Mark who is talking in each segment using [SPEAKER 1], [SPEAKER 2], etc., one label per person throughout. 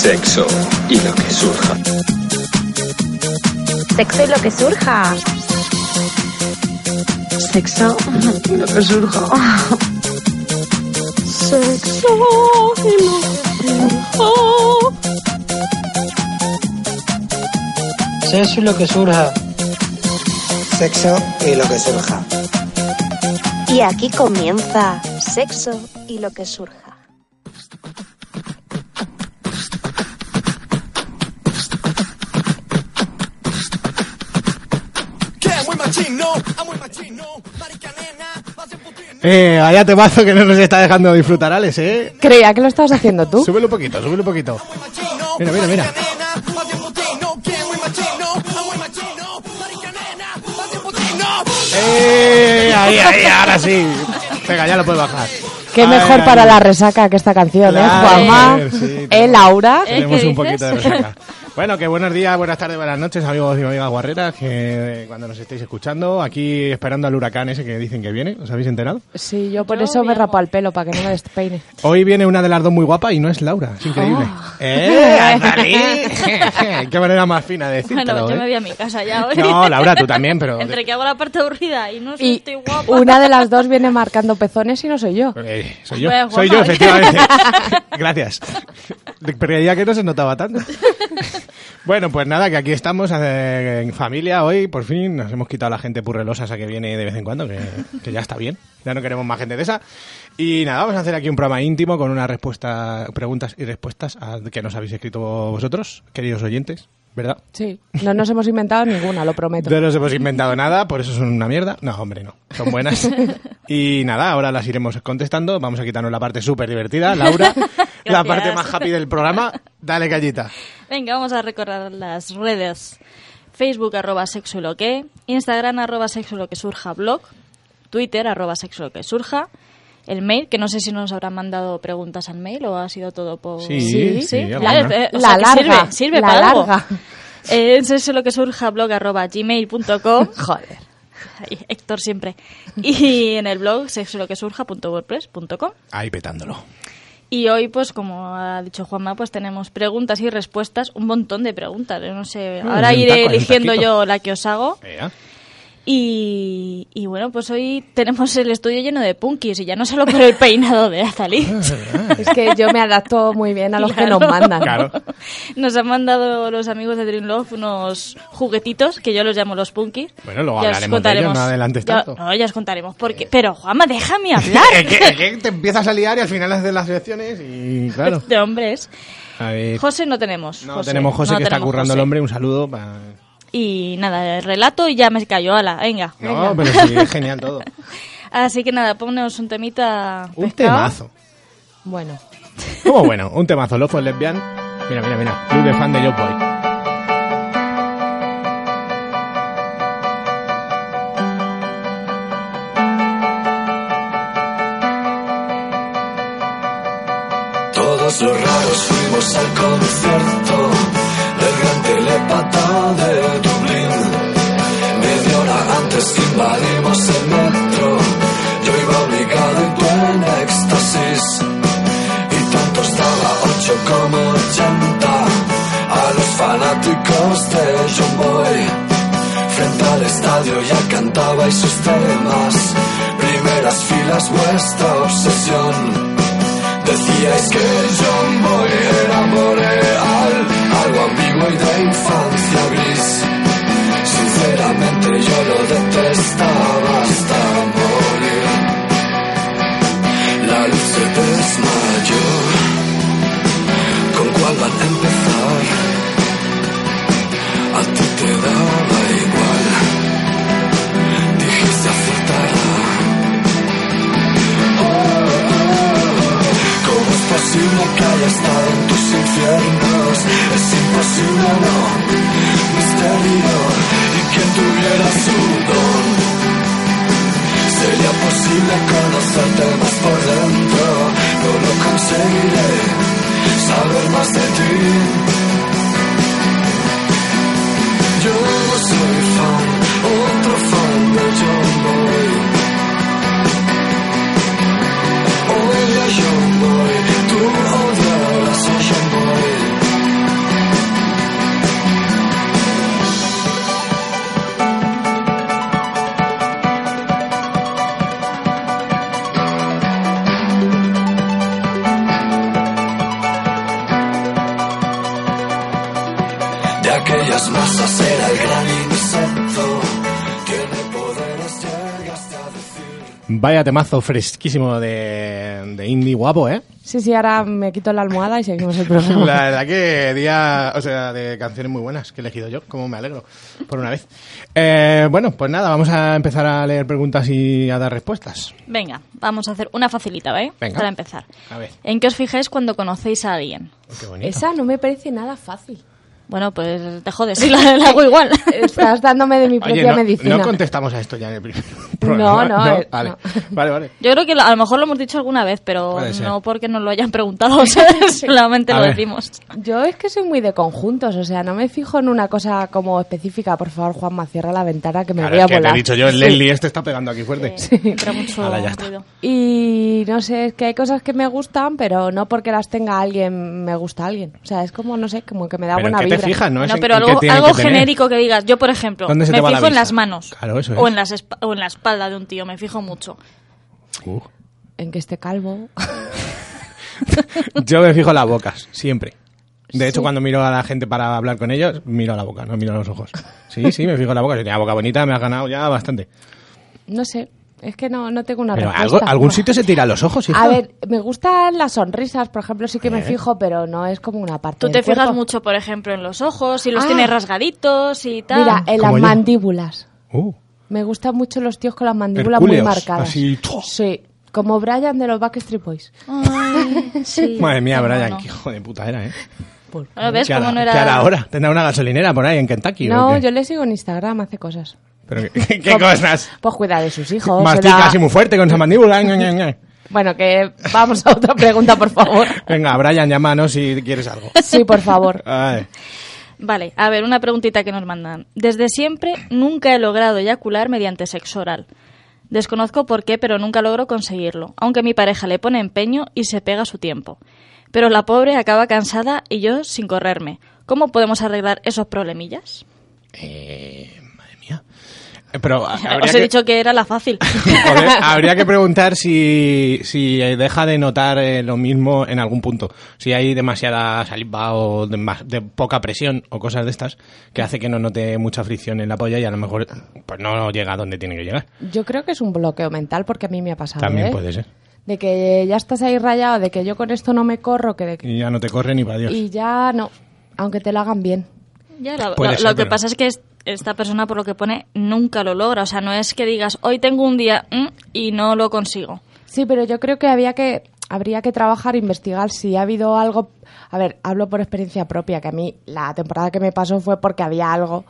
[SPEAKER 1] Sexo y lo que surja.
[SPEAKER 2] Sexo y lo que surja.
[SPEAKER 3] Sexo y lo que surja.
[SPEAKER 2] Sexo
[SPEAKER 4] Sexo y
[SPEAKER 2] y lo que surja.
[SPEAKER 4] lo que surja.
[SPEAKER 5] Sexo y lo que surja.
[SPEAKER 2] Y aquí comienza Sexo y lo que surja.
[SPEAKER 6] Eh, allá te mazo que no nos está dejando disfrutar, Alex, eh.
[SPEAKER 3] Creía que lo estabas haciendo tú.
[SPEAKER 6] Súbelo un poquito, súbelo un poquito. Mira, mira, mira. Eh, ahí, ahí, ahora sí. Venga, ya lo puedes bajar.
[SPEAKER 3] Qué
[SPEAKER 6] Ay,
[SPEAKER 3] mejor
[SPEAKER 6] ay,
[SPEAKER 3] para
[SPEAKER 6] ay.
[SPEAKER 3] la resaca que esta canción, ¿eh?
[SPEAKER 6] Claro,
[SPEAKER 3] Juanma,
[SPEAKER 6] sí,
[SPEAKER 3] eh, Laura.
[SPEAKER 7] ¿Eh?
[SPEAKER 6] Tenemos
[SPEAKER 7] ¿qué
[SPEAKER 6] un poquito de
[SPEAKER 7] dices?
[SPEAKER 6] resaca. Bueno, que buenos días, buenas tardes, buenas noches, amigos y amigas guarreras, que eh, cuando nos estéis escuchando, aquí esperando al huracán ese que dicen que viene, ¿os habéis enterado?
[SPEAKER 3] Sí, yo por
[SPEAKER 7] Yo
[SPEAKER 3] eso
[SPEAKER 7] me
[SPEAKER 3] me
[SPEAKER 7] amo.
[SPEAKER 3] rapo al pelo, para que no me despeine.
[SPEAKER 6] Hoy viene una de las dos muy guapa y no es Laura, es increíble.
[SPEAKER 7] Oh.
[SPEAKER 6] ¡Eh, ándale! ¡Qué manera más fina de decírtelo,
[SPEAKER 7] Bueno, yo
[SPEAKER 6] eh!
[SPEAKER 7] me voy a mi casa ya hoy.
[SPEAKER 6] No, Laura, tú también, pero...
[SPEAKER 7] Entre que hago la parte aburrida y no sé,
[SPEAKER 3] Y
[SPEAKER 7] estoy guapa.
[SPEAKER 3] una de las dos viene marcando pezones y no soy yo.
[SPEAKER 6] Eh, soy yo,
[SPEAKER 7] Pues,
[SPEAKER 6] soy yo,
[SPEAKER 7] guapa.
[SPEAKER 6] efectivamente. Gracias. Creía que no se notaba tanto. Bueno, pues nada, que aquí estamos eh, en familia hoy, por fin nos hemos quitado la gente purrelosa esa que viene de vez en cuando, que, que ya está bien, ya no queremos más gente de esa. Y nada, vamos a hacer aquí un programa íntimo con una respuesta, preguntas y respuestas a- que nos habéis escrito vosotros, queridos oyentes, ¿verdad?
[SPEAKER 3] Sí, no nos hemos inventado ninguna, lo prometo.
[SPEAKER 6] No nos hemos inventado nada, por eso son una mierda. No, hombre, no. Son buenas. Y nada, ahora las iremos contestando. Vamos a quitarnos la parte súper divertida, Laura. la
[SPEAKER 7] Gracias.
[SPEAKER 6] parte más happy del programa. Dale gallita.
[SPEAKER 7] Venga, vamos a recordar las redes. Facebook arroba sexo y lo que, Instagram arroba sexo y lo que surja blog, Twitter arroba sexo y lo que surja, el mail, que no sé si nos habrán mandado preguntas al mail o ha sido todo por...
[SPEAKER 6] Sí, sí,
[SPEAKER 7] Oh, La,
[SPEAKER 6] alguna.
[SPEAKER 7] eh, o
[SPEAKER 3] La
[SPEAKER 7] sea, que
[SPEAKER 3] larga,
[SPEAKER 7] Sirve, sirve
[SPEAKER 3] la
[SPEAKER 7] para algo.
[SPEAKER 3] larga.
[SPEAKER 6] Ah.
[SPEAKER 7] Eh, sexo y lo que surja blog arroba gmail.com.
[SPEAKER 3] Joder.
[SPEAKER 7] Ay, Héctor siempre. Y en el blog sexo y lo que surja.wordpress.com.
[SPEAKER 6] Ahí petándolo.
[SPEAKER 7] Y hoy, pues como ha dicho Juanma, pues tenemos preguntas y respuestas, un montón de preguntas. Yo no sé,
[SPEAKER 6] Ah,
[SPEAKER 7] ahora
[SPEAKER 6] hay un
[SPEAKER 7] iré
[SPEAKER 6] taco, hay un
[SPEAKER 7] eligiendo
[SPEAKER 6] taquito.
[SPEAKER 7] yo la que os hago.
[SPEAKER 6] Ea.
[SPEAKER 7] Y, y bueno, pues hoy tenemos el estudio lleno de punkis y ya no solo por el peinado de Azalí.
[SPEAKER 3] Es que yo me adapto muy bien a los que nos
[SPEAKER 7] Claro.
[SPEAKER 3] mandan.
[SPEAKER 6] Claro.
[SPEAKER 7] Nos han mandado los amigos de Dream Love unos juguetitos que yo los llamo los punkis.
[SPEAKER 6] Bueno, luego
[SPEAKER 7] Ya os
[SPEAKER 6] hablaremos de ellos, no adelantes
[SPEAKER 7] ya-
[SPEAKER 6] tanto. Eh.
[SPEAKER 7] no, ya os contaremos porque. Pero Juanma, déjame hablar.
[SPEAKER 6] Es que, es que te empiezas a liar y al final haces las elecciones y claro.
[SPEAKER 7] De hombres.
[SPEAKER 6] A ver.
[SPEAKER 7] José no tenemos.
[SPEAKER 6] no, tenemos José
[SPEAKER 7] no
[SPEAKER 6] que está
[SPEAKER 7] tenemos
[SPEAKER 6] currando el
[SPEAKER 7] José.
[SPEAKER 6] hombre. Un saludo para...
[SPEAKER 7] Y nada, el relato y ya me cayó. Ala, venga.
[SPEAKER 6] No, pero sí, es genial todo.
[SPEAKER 7] Así que nada, ponemos un temita.
[SPEAKER 6] Un
[SPEAKER 7] pescado.
[SPEAKER 6] temazo.
[SPEAKER 3] Bueno,
[SPEAKER 6] Como bueno, un temazo. Love for Lesbian. Mira, mira, mira. Club de fan de Yo Boy.
[SPEAKER 8] Todos los raros fuimos al concierto del gran telepata de Dublín. Media hora antes invadimos el metro. Yo iba obligado y tú en éxtasis. Y tanto estaba 8 como 80 a los fanáticos de John Boy. Frente al estadio ya cantabais sus temas. Primeras filas, vuestra obsesión. Decíais que John Boy era boreal, algo ambiguo y de infancia gris. Sinceramente yo lo detestaba hasta morir. La luz se desmayó. ¿Con cuál van a empezar? A ti te daba igual. Dijiste acertará. ¿Cómo es posible que haya estado en tus infiernos? Es imposible, no, misterio. Y quien tuviera su don, sería posible conocerte más por dentro. No lo conseguiré, saber más de ti. Yo no soy fan, otro fan de John Boy. Odia Young Boy, tú odiabas a Young Boy.
[SPEAKER 9] las masas era el gran insecto. Tiene poderes, llegaste a decir.
[SPEAKER 6] Vaya temazo fresquísimo de, de indie guapo, ¿eh?
[SPEAKER 3] Sí, sí, ahora me quito la almohada y seguimos el programa.
[SPEAKER 6] La verdad que día, o sea, de canciones muy buenas que he elegido yo, como me alegro, por una vez. Eh, bueno, pues nada, vamos a empezar a leer preguntas y a dar respuestas.
[SPEAKER 7] Venga, vamos a hacer una facilita, ¿vale?
[SPEAKER 6] Venga.
[SPEAKER 7] Para empezar.
[SPEAKER 6] A ver.
[SPEAKER 7] ¿En qué os fijáis cuando conocéis a alguien?
[SPEAKER 6] Oh, Qué bonito.
[SPEAKER 3] Esa no me parece nada fácil.
[SPEAKER 7] Bueno, pues te jodes, si la, la hago igual.
[SPEAKER 3] Estás dándome de mi
[SPEAKER 6] Oye,
[SPEAKER 3] propia
[SPEAKER 6] no,
[SPEAKER 3] medicina.
[SPEAKER 6] no contestamos a esto ya en el primer programa.
[SPEAKER 3] no, eh,
[SPEAKER 6] vale.
[SPEAKER 3] no.
[SPEAKER 6] vale, vale.
[SPEAKER 7] Yo creo que lo- a lo mejor lo hemos dicho alguna vez, pero
[SPEAKER 6] Puede ser.
[SPEAKER 7] no porque nos lo hayan preguntado, ¿sabes? solamente
[SPEAKER 6] A
[SPEAKER 7] lo
[SPEAKER 6] ver.
[SPEAKER 7] decimos.
[SPEAKER 3] Yo es que soy muy de conjuntos, o sea, no me fijo en una cosa como específica. Por favor, Juanma, cierra la ventana que me
[SPEAKER 6] Claro,
[SPEAKER 3] voy a
[SPEAKER 6] es que te
[SPEAKER 3] volar.
[SPEAKER 6] he dicho yo, el
[SPEAKER 3] Sí.
[SPEAKER 6] Leslie este está pegando aquí fuerte.
[SPEAKER 7] Entra mucho
[SPEAKER 6] Ahora ya está.
[SPEAKER 7] ruido.
[SPEAKER 3] Y no sé, es que hay cosas que me gustan, pero no porque las tenga alguien, me gusta alguien. O sea, es como, no sé, como que me da
[SPEAKER 6] Pero ¿en
[SPEAKER 3] buena
[SPEAKER 6] qué te
[SPEAKER 3] vibra.
[SPEAKER 6] fijas? No, es
[SPEAKER 7] No,
[SPEAKER 6] en-
[SPEAKER 7] pero
[SPEAKER 6] en qué
[SPEAKER 7] algo,
[SPEAKER 6] tiene
[SPEAKER 7] algo
[SPEAKER 6] que tener.
[SPEAKER 7] genérico que digas. Yo, por ejemplo,
[SPEAKER 6] ¿Dónde se
[SPEAKER 7] me
[SPEAKER 6] te va la
[SPEAKER 7] fijo en
[SPEAKER 6] vista?
[SPEAKER 7] las manos.
[SPEAKER 6] Claro, eso
[SPEAKER 7] o,
[SPEAKER 6] es.
[SPEAKER 7] en las espa- o en la espalda de un tío, me fijo mucho.
[SPEAKER 6] Uh.
[SPEAKER 3] En que esté calvo.
[SPEAKER 6] Yo me fijo en las bocas, siempre. De hecho, cuando miro a la gente para hablar con ellos, miro a la boca, no miro a los ojos. Sí, sí, me fijo en la boca. Si tenía boca bonita, me has ganado ya bastante.
[SPEAKER 3] No sé, es que no, no tengo una
[SPEAKER 6] Pero
[SPEAKER 3] respuesta.
[SPEAKER 6] algo- algún sitio se tira a los ojos, hija.
[SPEAKER 3] A ver, me gustan las sonrisas, por ejemplo, sí que me fijo, pero no es como una parte
[SPEAKER 7] Tú
[SPEAKER 3] del
[SPEAKER 7] te fijas
[SPEAKER 3] cuerpo.
[SPEAKER 7] mucho, por ejemplo, en los ojos, si los
[SPEAKER 3] Ah.
[SPEAKER 7] tienes rasgaditos y tal.
[SPEAKER 3] Mira, eh. en las
[SPEAKER 6] Como yo.
[SPEAKER 3] mandíbulas.
[SPEAKER 6] Uh,
[SPEAKER 3] Me gustan mucho los tíos con las mandíbulas
[SPEAKER 6] Hercúleos,
[SPEAKER 3] muy marcadas.
[SPEAKER 6] así, ¡tua!
[SPEAKER 3] Sí, como Brian de los Backstreet Boys.
[SPEAKER 7] Ay, sí.
[SPEAKER 6] madre mía,
[SPEAKER 7] Qué
[SPEAKER 6] Brian,
[SPEAKER 7] mono.
[SPEAKER 6] qué hijo de puta era, ¿eh?
[SPEAKER 7] Bueno, ¿Ves
[SPEAKER 6] ¿Qué
[SPEAKER 7] cómo
[SPEAKER 6] hará-
[SPEAKER 7] no era?
[SPEAKER 6] qué hará ahora? ¿Tendrá una gasolinera por ahí en Kentucky? o
[SPEAKER 3] No,
[SPEAKER 6] qué?
[SPEAKER 3] yo le sigo en Instagram, hace cosas.
[SPEAKER 6] ¿Pero qué, qué
[SPEAKER 3] Como-
[SPEAKER 6] cosas?
[SPEAKER 3] Pues cuida de sus hijos.
[SPEAKER 6] Mastica
[SPEAKER 3] será-
[SPEAKER 6] así muy fuerte con esa mandíbula. ña, ña, ña.
[SPEAKER 3] Bueno, que vamos a otra pregunta, por favor.
[SPEAKER 6] Venga, Brian, llámanos si quieres algo.
[SPEAKER 3] Sí, por favor.
[SPEAKER 6] Ay,
[SPEAKER 7] Vale, a ver, una preguntita que nos mandan. Desde siempre nunca he logrado eyacular mediante sexo oral. Desconozco por qué, pero nunca logro conseguirlo, aunque mi pareja le pone empeño y se pega su tiempo. Pero la pobre acaba cansada y yo sin correrme. ¿Cómo podemos arreglar esos problemillas?
[SPEAKER 6] eh, madre mía. Eh, Pero ha- habría
[SPEAKER 7] Os he
[SPEAKER 6] que-
[SPEAKER 7] dicho que era la fácil.
[SPEAKER 6] Joder, habría que preguntar si, si eh, deja de notar eh, lo mismo en algún punto. Si hay demasiada saliva o de, ma- de poca presión o cosas de estas que hace que no note mucha fricción en la polla y a lo mejor pues no llega a donde tiene que llegar.
[SPEAKER 3] Yo creo que es un bloqueo mental porque a mí me ha pasado.
[SPEAKER 6] También
[SPEAKER 3] ¿eh?
[SPEAKER 6] puede ser.
[SPEAKER 3] De que ya estás ahí rayado, de que yo con esto no me corro, que de que-
[SPEAKER 6] Y ya no te corre ni para Dios.
[SPEAKER 3] Y ya no, aunque te lo hagan bien.
[SPEAKER 7] Ya, lo,
[SPEAKER 6] Puede
[SPEAKER 7] lo-
[SPEAKER 6] ser,
[SPEAKER 7] lo que
[SPEAKER 6] pero-
[SPEAKER 7] pasa es que es- esta persona, por lo que pone, nunca lo logra. O sea, no es que digas, hoy tengo un día mm, y no lo consigo.
[SPEAKER 3] Sí, pero yo creo que había que habría que trabajar, investigar si ha habido algo. A ver, hablo por experiencia propia, que a mí la temporada que me pasó fue porque había algo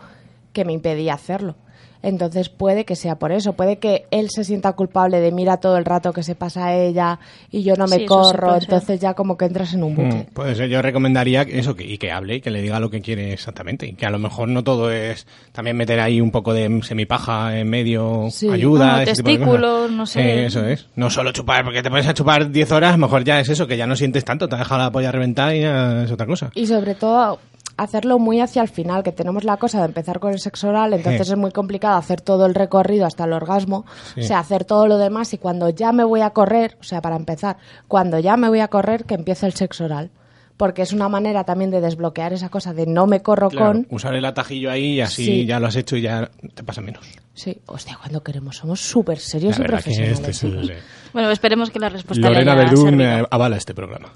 [SPEAKER 3] que me impedía hacerlo. Entonces puede que sea por eso, puede que él se sienta culpable de mira todo el rato que se pasa a ella y yo no me
[SPEAKER 7] Sí, eso sí
[SPEAKER 3] corro,
[SPEAKER 7] puede ser.
[SPEAKER 3] entonces ya como que entras en un bucle.
[SPEAKER 6] Mm, Puede ser, yo recomendaría que eso, que, y que hable y que le diga lo que quiere exactamente. Y que a lo mejor no todo es también meter ahí un poco de semipaja en medio,
[SPEAKER 3] Sí.
[SPEAKER 6] ayuda,
[SPEAKER 7] Ah,
[SPEAKER 6] ese tipo de cosas.
[SPEAKER 7] testículos, no sé.
[SPEAKER 6] Eh, eso es. No solo chupar, porque te pones a chupar 10 horas, mejor ya es eso, que ya no sientes tanto, te ha dejado la polla reventar y ya es otra cosa.
[SPEAKER 3] Y sobre todo hacerlo muy hacia el final, que tenemos la cosa de empezar con el sexo oral, entonces
[SPEAKER 6] Sí.
[SPEAKER 3] es muy complicado hacer todo el recorrido hasta el orgasmo,
[SPEAKER 6] Sí.
[SPEAKER 3] o sea, hacer todo lo demás y cuando ya me voy a correr, o sea, para empezar, cuando ya me voy a correr, que empiece el sexo oral, porque es una manera también de desbloquear esa cosa de no me corro
[SPEAKER 6] Claro,
[SPEAKER 3] con...
[SPEAKER 6] usar el atajillo ahí y así
[SPEAKER 3] Sí.
[SPEAKER 6] ya lo has hecho y ya te pasa menos.
[SPEAKER 3] Sí, hostia, cuando queremos, somos súper serios
[SPEAKER 6] La
[SPEAKER 3] y
[SPEAKER 6] verdad que
[SPEAKER 3] profesionales.
[SPEAKER 6] este es
[SPEAKER 3] hijos.
[SPEAKER 6] el-
[SPEAKER 7] Bueno, esperemos que la
[SPEAKER 3] Pues
[SPEAKER 7] respuesta
[SPEAKER 6] Lorena
[SPEAKER 7] le haya
[SPEAKER 6] Verdún
[SPEAKER 7] servido.
[SPEAKER 6] eh, avala este programa.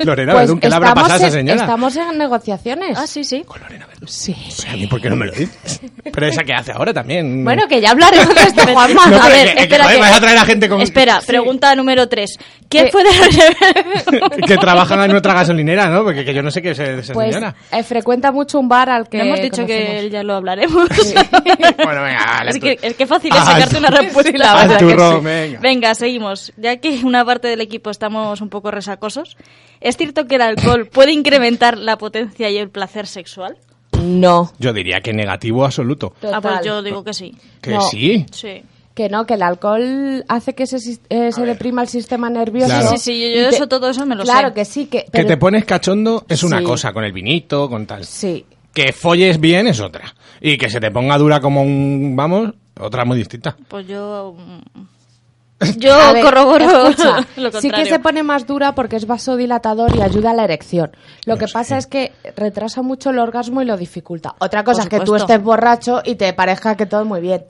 [SPEAKER 6] Lorena
[SPEAKER 3] Pues
[SPEAKER 6] Verdún, ¿qué le habrá
[SPEAKER 3] estamos
[SPEAKER 6] pasado a esa
[SPEAKER 3] en-
[SPEAKER 6] señora?
[SPEAKER 3] Estamos en negociaciones.
[SPEAKER 7] Ah, sí, sí.
[SPEAKER 6] Con Lorena Verdún.
[SPEAKER 3] Sí.
[SPEAKER 6] Pero a mí, ¿por qué no me lo dices? Pero esa que hace ahora también.
[SPEAKER 3] Bueno, que ya hablaremos de esto, Juanma.
[SPEAKER 6] No,
[SPEAKER 7] a
[SPEAKER 6] pero
[SPEAKER 7] ver,
[SPEAKER 6] que- que,
[SPEAKER 7] espera
[SPEAKER 6] joder,
[SPEAKER 7] que-
[SPEAKER 6] vas a traer a gente con-
[SPEAKER 7] Espera, pregunta número 3. ¿Qué
[SPEAKER 3] Eh,
[SPEAKER 7] puede
[SPEAKER 6] que trabajan en nuestra gasolinera, ¿no? Porque que yo no sé qué es esa
[SPEAKER 3] Pues
[SPEAKER 6] señora.
[SPEAKER 3] eh, frecuenta mucho un bar al que
[SPEAKER 7] No hemos dicho que
[SPEAKER 3] conocemos.
[SPEAKER 7] ya lo hablaremos.
[SPEAKER 6] Bueno, venga, dale,
[SPEAKER 7] es,
[SPEAKER 6] tú.
[SPEAKER 7] que, es que fácil es
[SPEAKER 6] Ah,
[SPEAKER 7] sacarte
[SPEAKER 6] tú.
[SPEAKER 7] una respuesta.
[SPEAKER 3] Sí, la
[SPEAKER 6] Al
[SPEAKER 3] verdad que
[SPEAKER 6] turrón,
[SPEAKER 3] sí.
[SPEAKER 6] venga.
[SPEAKER 7] Venga, seguimos. Ya que una parte del equipo estamos un poco resacosos, ¿es cierto que el alcohol puede incrementar la potencia y el placer sexual?
[SPEAKER 3] No.
[SPEAKER 6] Yo diría que negativo absoluto.
[SPEAKER 7] Ah,
[SPEAKER 3] Total.
[SPEAKER 7] pues yo digo que sí.
[SPEAKER 6] Que
[SPEAKER 3] No.
[SPEAKER 6] sí.
[SPEAKER 7] Sí.
[SPEAKER 3] Que no, que el alcohol hace que se, sis- eh, se deprima el sistema nervioso.
[SPEAKER 6] Claro.
[SPEAKER 7] Sí, sí, sí, yo- yo
[SPEAKER 3] Y que-
[SPEAKER 7] eso, todo eso me lo
[SPEAKER 3] Claro
[SPEAKER 7] sé.
[SPEAKER 3] que sí, que...
[SPEAKER 6] Que
[SPEAKER 3] pero-
[SPEAKER 6] te pones cachondo es una
[SPEAKER 3] Sí.
[SPEAKER 6] cosa, con el vinito, con tal.
[SPEAKER 3] Sí.
[SPEAKER 6] Que folles bien es otra. Y que se te ponga dura como un... Vamos, otra muy distinta.
[SPEAKER 7] Pues yo mm, Yo
[SPEAKER 3] A ver,
[SPEAKER 7] corroboro
[SPEAKER 3] escucha,
[SPEAKER 7] lo contrario.
[SPEAKER 3] sí que se pone más dura porque es vasodilatador y ayuda a la erección. Lo que pasa es que retrasa mucho el orgasmo y lo dificulta. Otra
[SPEAKER 7] Por
[SPEAKER 3] cosa es que tú
[SPEAKER 7] supuesto.
[SPEAKER 3] estés borracho y te parezca que todo muy bien.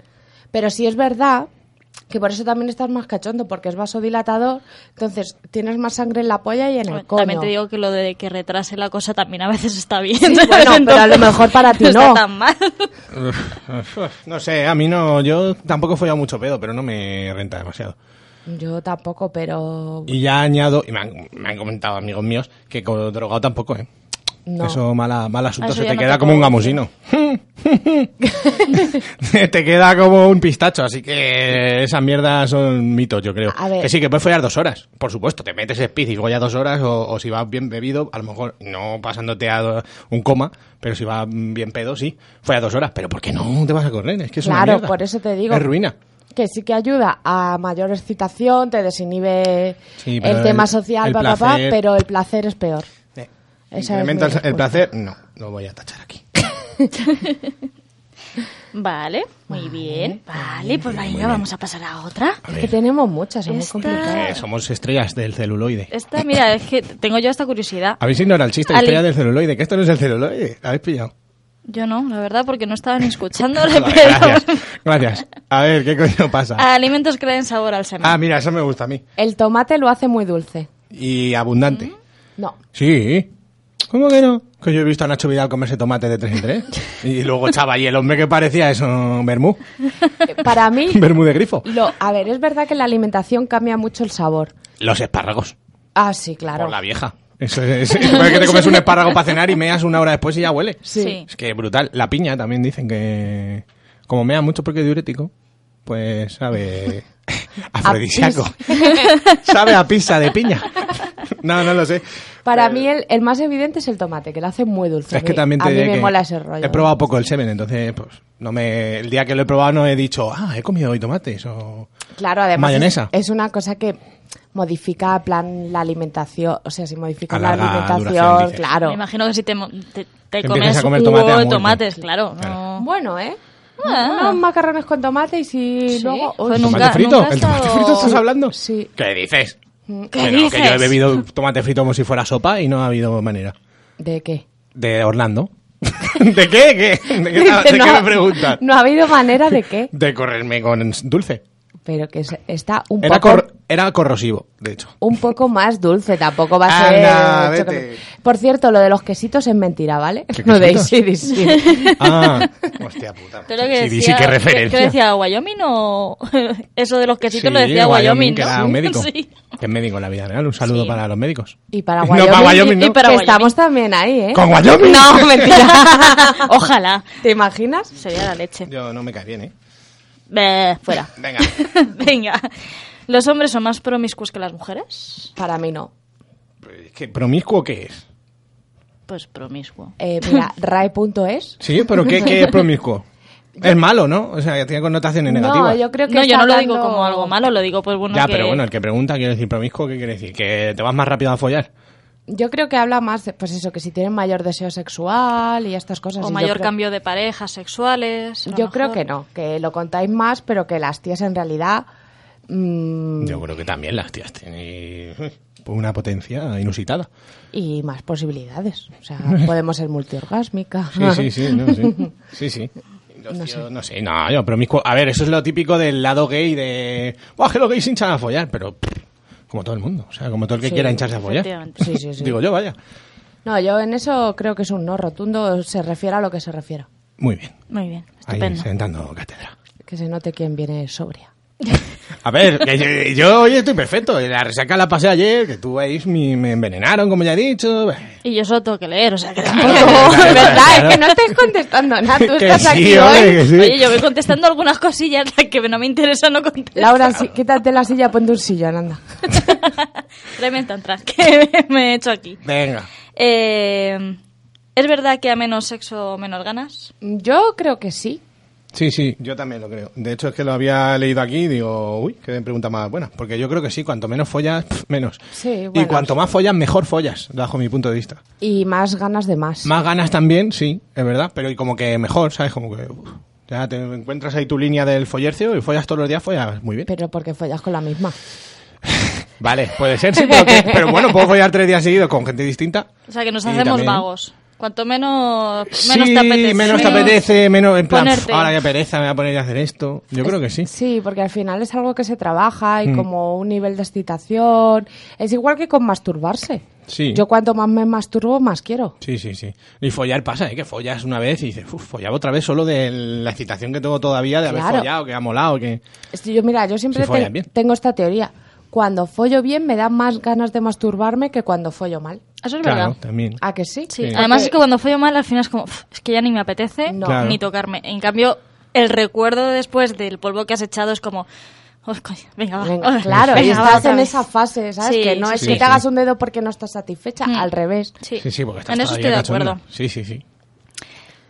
[SPEAKER 3] Pero sí es verdad que por eso también estás más cachondo, porque es vasodilatador, entonces tienes más sangre en la polla y en el coño.
[SPEAKER 7] También te digo que lo de que retrase la cosa también a veces está bien.
[SPEAKER 3] bueno, pero a lo mejor para ti
[SPEAKER 7] no.
[SPEAKER 3] no.
[SPEAKER 7] está tan mal.
[SPEAKER 6] No sé, a mí no, yo tampoco he follado mucho pedo, pero no me renta demasiado.
[SPEAKER 3] Yo tampoco, pero...
[SPEAKER 6] Y ya añado, y me han, me han comentado amigos míos, que con drogado tampoco, ¿eh?
[SPEAKER 3] No. Ah,
[SPEAKER 6] Eso mala, mal asunto,
[SPEAKER 7] Eso
[SPEAKER 6] se
[SPEAKER 7] ya
[SPEAKER 6] te
[SPEAKER 7] no
[SPEAKER 6] queda
[SPEAKER 7] te
[SPEAKER 6] como un
[SPEAKER 7] puedo
[SPEAKER 6] gamusino. te queda como un pistacho, así que esas mierdas son mitos, yo creo.
[SPEAKER 3] A ver.
[SPEAKER 6] Que sí, que puedes follar dos horas, por supuesto, te metes speed y follas dos horas, o, o si vas bien bebido, a lo mejor no pasándote a do- un coma, pero si vas bien pedo, sí, follas dos horas, pero ¿por qué no te vas a correr? Es que es una
[SPEAKER 3] Claro,
[SPEAKER 6] mierda.
[SPEAKER 3] por eso te digo.
[SPEAKER 6] Es ruina.
[SPEAKER 3] que sí que ayuda a mayor excitación, te desinhibe
[SPEAKER 6] Sí, pero
[SPEAKER 3] el tema
[SPEAKER 6] el-
[SPEAKER 3] social,
[SPEAKER 6] el
[SPEAKER 3] pa, pa, pa,
[SPEAKER 6] placer-
[SPEAKER 3] pero el placer es peor.
[SPEAKER 6] Eh,
[SPEAKER 3] Esa es
[SPEAKER 6] incrementa
[SPEAKER 3] mi
[SPEAKER 6] el- el
[SPEAKER 3] respuesta.
[SPEAKER 6] placer, no, lo voy a tachar aquí.
[SPEAKER 7] Vale, muy bien. Vale, pues venga, vamos a pasar a otra.
[SPEAKER 6] A
[SPEAKER 3] Es
[SPEAKER 6] ver,
[SPEAKER 3] que tenemos muchas, es muy
[SPEAKER 7] Esta-
[SPEAKER 3] complicado.
[SPEAKER 6] eh, somos estrellas del celuloide.
[SPEAKER 7] Esta, mira, es que tengo yo esta curiosidad.
[SPEAKER 6] Habéis ignorado el chiste de
[SPEAKER 7] Eh, Ale-
[SPEAKER 6] estrella del celuloide, que esto no es el celuloide. ¿Habéis pillado?
[SPEAKER 7] Yo no, la verdad, porque no estaban escuchando. le
[SPEAKER 6] Vale,
[SPEAKER 7] pido-
[SPEAKER 6] gracias. Gracias. A ver, ¿qué coño
[SPEAKER 7] Ah.
[SPEAKER 6] pasa?
[SPEAKER 7] Alimentos que le den sabor al semen.
[SPEAKER 6] Ah, mira, eso me gusta a mí.
[SPEAKER 3] El tomate lo hace muy dulce.
[SPEAKER 6] Y abundante.
[SPEAKER 3] No,
[SPEAKER 6] Sí. ¿Cómo que no? Que yo he visto a Nacho Vidal comerse tomate de 3 en 3. Y luego echaba ahí el hombre que parecía eso, vermú.
[SPEAKER 3] Eh, para mí,
[SPEAKER 6] Vermú de grifo.
[SPEAKER 3] lo, a ver, es verdad que la alimentación cambia mucho el sabor.
[SPEAKER 6] Los espárragos.
[SPEAKER 3] Ah, sí, claro.
[SPEAKER 6] Por la vieja. Eso es, es que te comes un espárrago para cenar y meas una hora después y ya huele.
[SPEAKER 7] sí.
[SPEAKER 6] Es que brutal. La piña también dicen que como mea mucho porque es diurético, pues sabe afrodisíaco. sabe a pizza de piña. no, no lo sé.
[SPEAKER 3] Para mí el, el más evidente es el tomate, que lo hace muy dulce.
[SPEAKER 6] Es
[SPEAKER 3] A
[SPEAKER 6] que
[SPEAKER 3] mí-
[SPEAKER 6] también te
[SPEAKER 3] a mí
[SPEAKER 6] diré
[SPEAKER 3] me
[SPEAKER 6] que
[SPEAKER 3] mola ese rollo. ¿eh?
[SPEAKER 6] He probado poco el semen, entonces pues no me el día que lo he probado no he dicho, "Ah, he comido hoy tomates o
[SPEAKER 3] Claro, además
[SPEAKER 6] mayonesa."
[SPEAKER 3] Es, es una cosa que modifica plan la alimentación, o sea, si modifica la
[SPEAKER 6] Alarga la
[SPEAKER 3] alimentación,
[SPEAKER 6] duración, dices.
[SPEAKER 3] claro.
[SPEAKER 7] Me imagino que si te, mo- te, te
[SPEAKER 6] Te empiezas
[SPEAKER 7] comes
[SPEAKER 6] a comer
[SPEAKER 7] un cubo
[SPEAKER 6] tomate a
[SPEAKER 7] de
[SPEAKER 6] muerte.
[SPEAKER 7] tomates, claro.
[SPEAKER 6] Claro.
[SPEAKER 7] no-
[SPEAKER 3] Bueno, ¿eh? Unos macarrones con tomate y si
[SPEAKER 7] Ah. Sí,
[SPEAKER 3] luego...
[SPEAKER 7] fue
[SPEAKER 3] Uy,
[SPEAKER 7] nunca-
[SPEAKER 6] ¿Tomate frito?
[SPEAKER 7] nunca he
[SPEAKER 6] ¿El tomate
[SPEAKER 7] estado-
[SPEAKER 6] frito estás hablando?
[SPEAKER 3] Sí.
[SPEAKER 6] ¿Qué dices?
[SPEAKER 7] ¿Qué
[SPEAKER 6] Bueno,
[SPEAKER 7] dices?
[SPEAKER 6] que yo he bebido tomate frito como si fuera sopa y no ha habido manera.
[SPEAKER 3] ¿De qué?
[SPEAKER 6] De Orlando. ¿De qué? ¿Qué? ¿De qué, de
[SPEAKER 3] Dice,
[SPEAKER 6] qué
[SPEAKER 3] no-
[SPEAKER 6] me preguntas?
[SPEAKER 3] No ha habido manera de qué,
[SPEAKER 6] De correrme con dulce.
[SPEAKER 3] pero que se- está un
[SPEAKER 6] Era,
[SPEAKER 3] poco...
[SPEAKER 6] cor- era corrosivo, de hecho.
[SPEAKER 3] Un poco más dulce, tampoco va a
[SPEAKER 6] Anda,
[SPEAKER 3] ser...
[SPEAKER 6] vete.
[SPEAKER 3] chocolate. Por cierto, lo de los quesitos es mentira, ¿vale?
[SPEAKER 6] ¿Qué
[SPEAKER 3] Lo de
[SPEAKER 6] quesitos?
[SPEAKER 3] sí, sí.
[SPEAKER 6] Ah, hostia puta.
[SPEAKER 7] Pero que
[SPEAKER 6] sí, sí,
[SPEAKER 7] decía,
[SPEAKER 6] qué
[SPEAKER 7] que-
[SPEAKER 6] referencia.
[SPEAKER 7] que decía Wyoming o eso de los quesitos
[SPEAKER 6] Sí,
[SPEAKER 7] lo decía Wyoming,
[SPEAKER 6] que
[SPEAKER 7] ¿no?
[SPEAKER 6] era un médico.
[SPEAKER 7] Sí.
[SPEAKER 6] Que es médico en la vida real. Un saludo
[SPEAKER 7] Sí.
[SPEAKER 6] para los médicos.
[SPEAKER 3] Y para
[SPEAKER 6] No,
[SPEAKER 3] Wyoming,
[SPEAKER 6] para Wyoming, no.
[SPEAKER 7] Y para
[SPEAKER 3] que
[SPEAKER 7] Wyoming.
[SPEAKER 3] estamos también ahí, ¿eh?
[SPEAKER 6] ¿Con Wyoming?
[SPEAKER 3] No, mentira.
[SPEAKER 7] Ojalá.
[SPEAKER 3] ¿Te imaginas?
[SPEAKER 7] Sería la leche.
[SPEAKER 6] Yo no me cae bien, ¿eh?
[SPEAKER 7] Beh, fuera.
[SPEAKER 6] Venga.
[SPEAKER 7] Venga. ¿Los hombres son más promiscuos que las mujeres?
[SPEAKER 3] Para mí no.
[SPEAKER 6] Es que ¿Promiscuo qué es?
[SPEAKER 7] Pues promiscuo.
[SPEAKER 3] Eh, mira, rae.es...
[SPEAKER 6] Sí, pero ¿qué, qué es promiscuo? Es malo, ¿no? O sea, que tiene connotaciones
[SPEAKER 3] No,
[SPEAKER 6] negativas.
[SPEAKER 3] yo creo que
[SPEAKER 7] no, yo
[SPEAKER 3] está
[SPEAKER 7] no lo digo
[SPEAKER 3] dando-
[SPEAKER 7] como algo malo, lo digo pues bueno
[SPEAKER 6] ya,
[SPEAKER 7] que...
[SPEAKER 6] pero bueno, el que pregunta quiere decir promiscuo, ¿qué quiere decir? ¿Que te vas más rápido a follar?
[SPEAKER 3] Yo creo que habla más, de, pues eso, que si tienen mayor deseo sexual y estas cosas.
[SPEAKER 7] o
[SPEAKER 3] Y yo
[SPEAKER 7] mayor
[SPEAKER 3] creo-
[SPEAKER 7] cambio de parejas sexuales. a lo
[SPEAKER 3] Yo creo
[SPEAKER 7] mejor.
[SPEAKER 3] que no, que lo contáis más, pero que las tías en realidad. mm,
[SPEAKER 6] Yo creo que también las tías tienen pues, una potencia inusitada.
[SPEAKER 3] y más posibilidades. O sea, podemos ser multiorgásmicas.
[SPEAKER 6] Sí, sí, sí, no, sí. Sí, sí. Los tíos, no, sé. no yo promiscuo. A ver, eso es lo típico del lado gay de. Buah, que los gays se hinchan a follar, pero. pff, Como todo el mundo. O sea, como todo el que
[SPEAKER 3] Sí,
[SPEAKER 6] quiera hincharse a follar.
[SPEAKER 7] efectivamente.
[SPEAKER 3] Sí, sí, sí.
[SPEAKER 6] Digo yo, vaya.
[SPEAKER 3] No, yo en eso creo que es un no rotundo, se refiere a lo que se refiere.
[SPEAKER 6] Muy bien.
[SPEAKER 7] Muy bien,
[SPEAKER 6] Ahí
[SPEAKER 7] estupendo.
[SPEAKER 6] sentando cátedra.
[SPEAKER 3] Que se note quién viene sobria.
[SPEAKER 6] A ver, que yo, yo hoy estoy perfecto. La resaca la pasé ayer, que tú veis, mi- me envenenaron, como ya he dicho.
[SPEAKER 7] Y yo solo tengo que leer, o sea que tampoco...
[SPEAKER 3] De verdad,
[SPEAKER 6] claro.
[SPEAKER 3] es que no estáis contestando nada, tú
[SPEAKER 6] Que
[SPEAKER 3] estás
[SPEAKER 6] sí,
[SPEAKER 3] aquí
[SPEAKER 6] hombre,
[SPEAKER 3] hoy.
[SPEAKER 6] que sí.
[SPEAKER 7] Oye, yo voy contestando algunas cosillas las que no me interesan, no contesto.
[SPEAKER 3] Laura, sí, quítate la silla, ponte un sillón, anda.
[SPEAKER 7] Tráeme el tantra que me he hecho aquí.
[SPEAKER 6] Venga.
[SPEAKER 7] Eh, ¿Es verdad que a menos sexo, menos ganas?
[SPEAKER 3] Yo creo que sí.
[SPEAKER 6] Sí, sí, yo también lo creo. De hecho, es que lo había leído aquí y digo, uy, qué pregunta más buena. Porque yo creo que sí, cuanto menos follas, pf, menos.
[SPEAKER 3] Sí,
[SPEAKER 6] y
[SPEAKER 3] bueno,
[SPEAKER 6] cuanto más follas, mejor follas, bajo mi punto de vista.
[SPEAKER 3] Y más ganas de más.
[SPEAKER 6] Más ganas también, sí, es verdad, pero y como que mejor, ¿sabes? Como que uf, O sea, te encuentras ahí tu línea del follercio y follas todos los días, follas muy bien.
[SPEAKER 3] Pero porque follas con la misma.
[SPEAKER 6] Vale, puede ser, sí, pero, que- pero bueno, puedo follar tres días seguidos con gente distinta.
[SPEAKER 7] O sea, que nos
[SPEAKER 6] Y
[SPEAKER 7] hacemos
[SPEAKER 6] también-
[SPEAKER 7] vagos. Cuanto menos, menos
[SPEAKER 6] sí,
[SPEAKER 7] te apetece.
[SPEAKER 6] menos te apetece, menos en plan,
[SPEAKER 7] ponerte.
[SPEAKER 6] "Pf, ahora ya pereza, me voy a poner a hacer esto. Yo creo que sí.
[SPEAKER 3] Sí, porque al final es algo que se trabaja
[SPEAKER 6] Mm.
[SPEAKER 3] y como un nivel de excitación. Es igual que con masturbarse.
[SPEAKER 6] Sí.
[SPEAKER 3] Yo cuanto más me masturbo, más quiero.
[SPEAKER 6] Sí, sí, sí. Y follar pasa, ¿eh? Que follas una vez y dices, uff, follaba otra vez solo de la excitación que tengo todavía de haber
[SPEAKER 3] Claro.
[SPEAKER 6] follado, que ha molado, que...
[SPEAKER 3] Es que yo, mira, yo siempre
[SPEAKER 6] Si follan
[SPEAKER 3] te-
[SPEAKER 6] bien.
[SPEAKER 3] tengo esta teoría. Cuando follo bien me da más ganas de masturbarme que cuando follo mal.
[SPEAKER 7] Eso es
[SPEAKER 6] Claro,
[SPEAKER 7] verdad. Ah,
[SPEAKER 6] también.
[SPEAKER 3] ¿A que sí?
[SPEAKER 7] Sí.
[SPEAKER 6] Sí.
[SPEAKER 7] Además
[SPEAKER 3] Porque-
[SPEAKER 7] es que cuando follo mal al final es como, "Uf, es que ya ni me apetece
[SPEAKER 3] No.
[SPEAKER 6] Claro.
[SPEAKER 7] ni tocarme. En cambio, el recuerdo después del polvo que has echado es como, "Oh, coño, venga, va.
[SPEAKER 3] Venga,
[SPEAKER 7] Venga,
[SPEAKER 3] claro, y
[SPEAKER 7] venga, va
[SPEAKER 3] estás
[SPEAKER 7] otra
[SPEAKER 3] en
[SPEAKER 7] vez".
[SPEAKER 3] esa fase, ¿sabes?
[SPEAKER 7] Sí,
[SPEAKER 3] que no es
[SPEAKER 6] sí,
[SPEAKER 3] que
[SPEAKER 6] sí.
[SPEAKER 3] te hagas un dedo porque no estás satisfecha,
[SPEAKER 7] Mm.
[SPEAKER 3] al revés.
[SPEAKER 7] Sí,
[SPEAKER 6] Sí, sí, porque estás
[SPEAKER 7] En eso
[SPEAKER 6] todavía
[SPEAKER 7] estoy de
[SPEAKER 6] cachonda.
[SPEAKER 7] acuerdo.
[SPEAKER 6] Sí, sí, sí.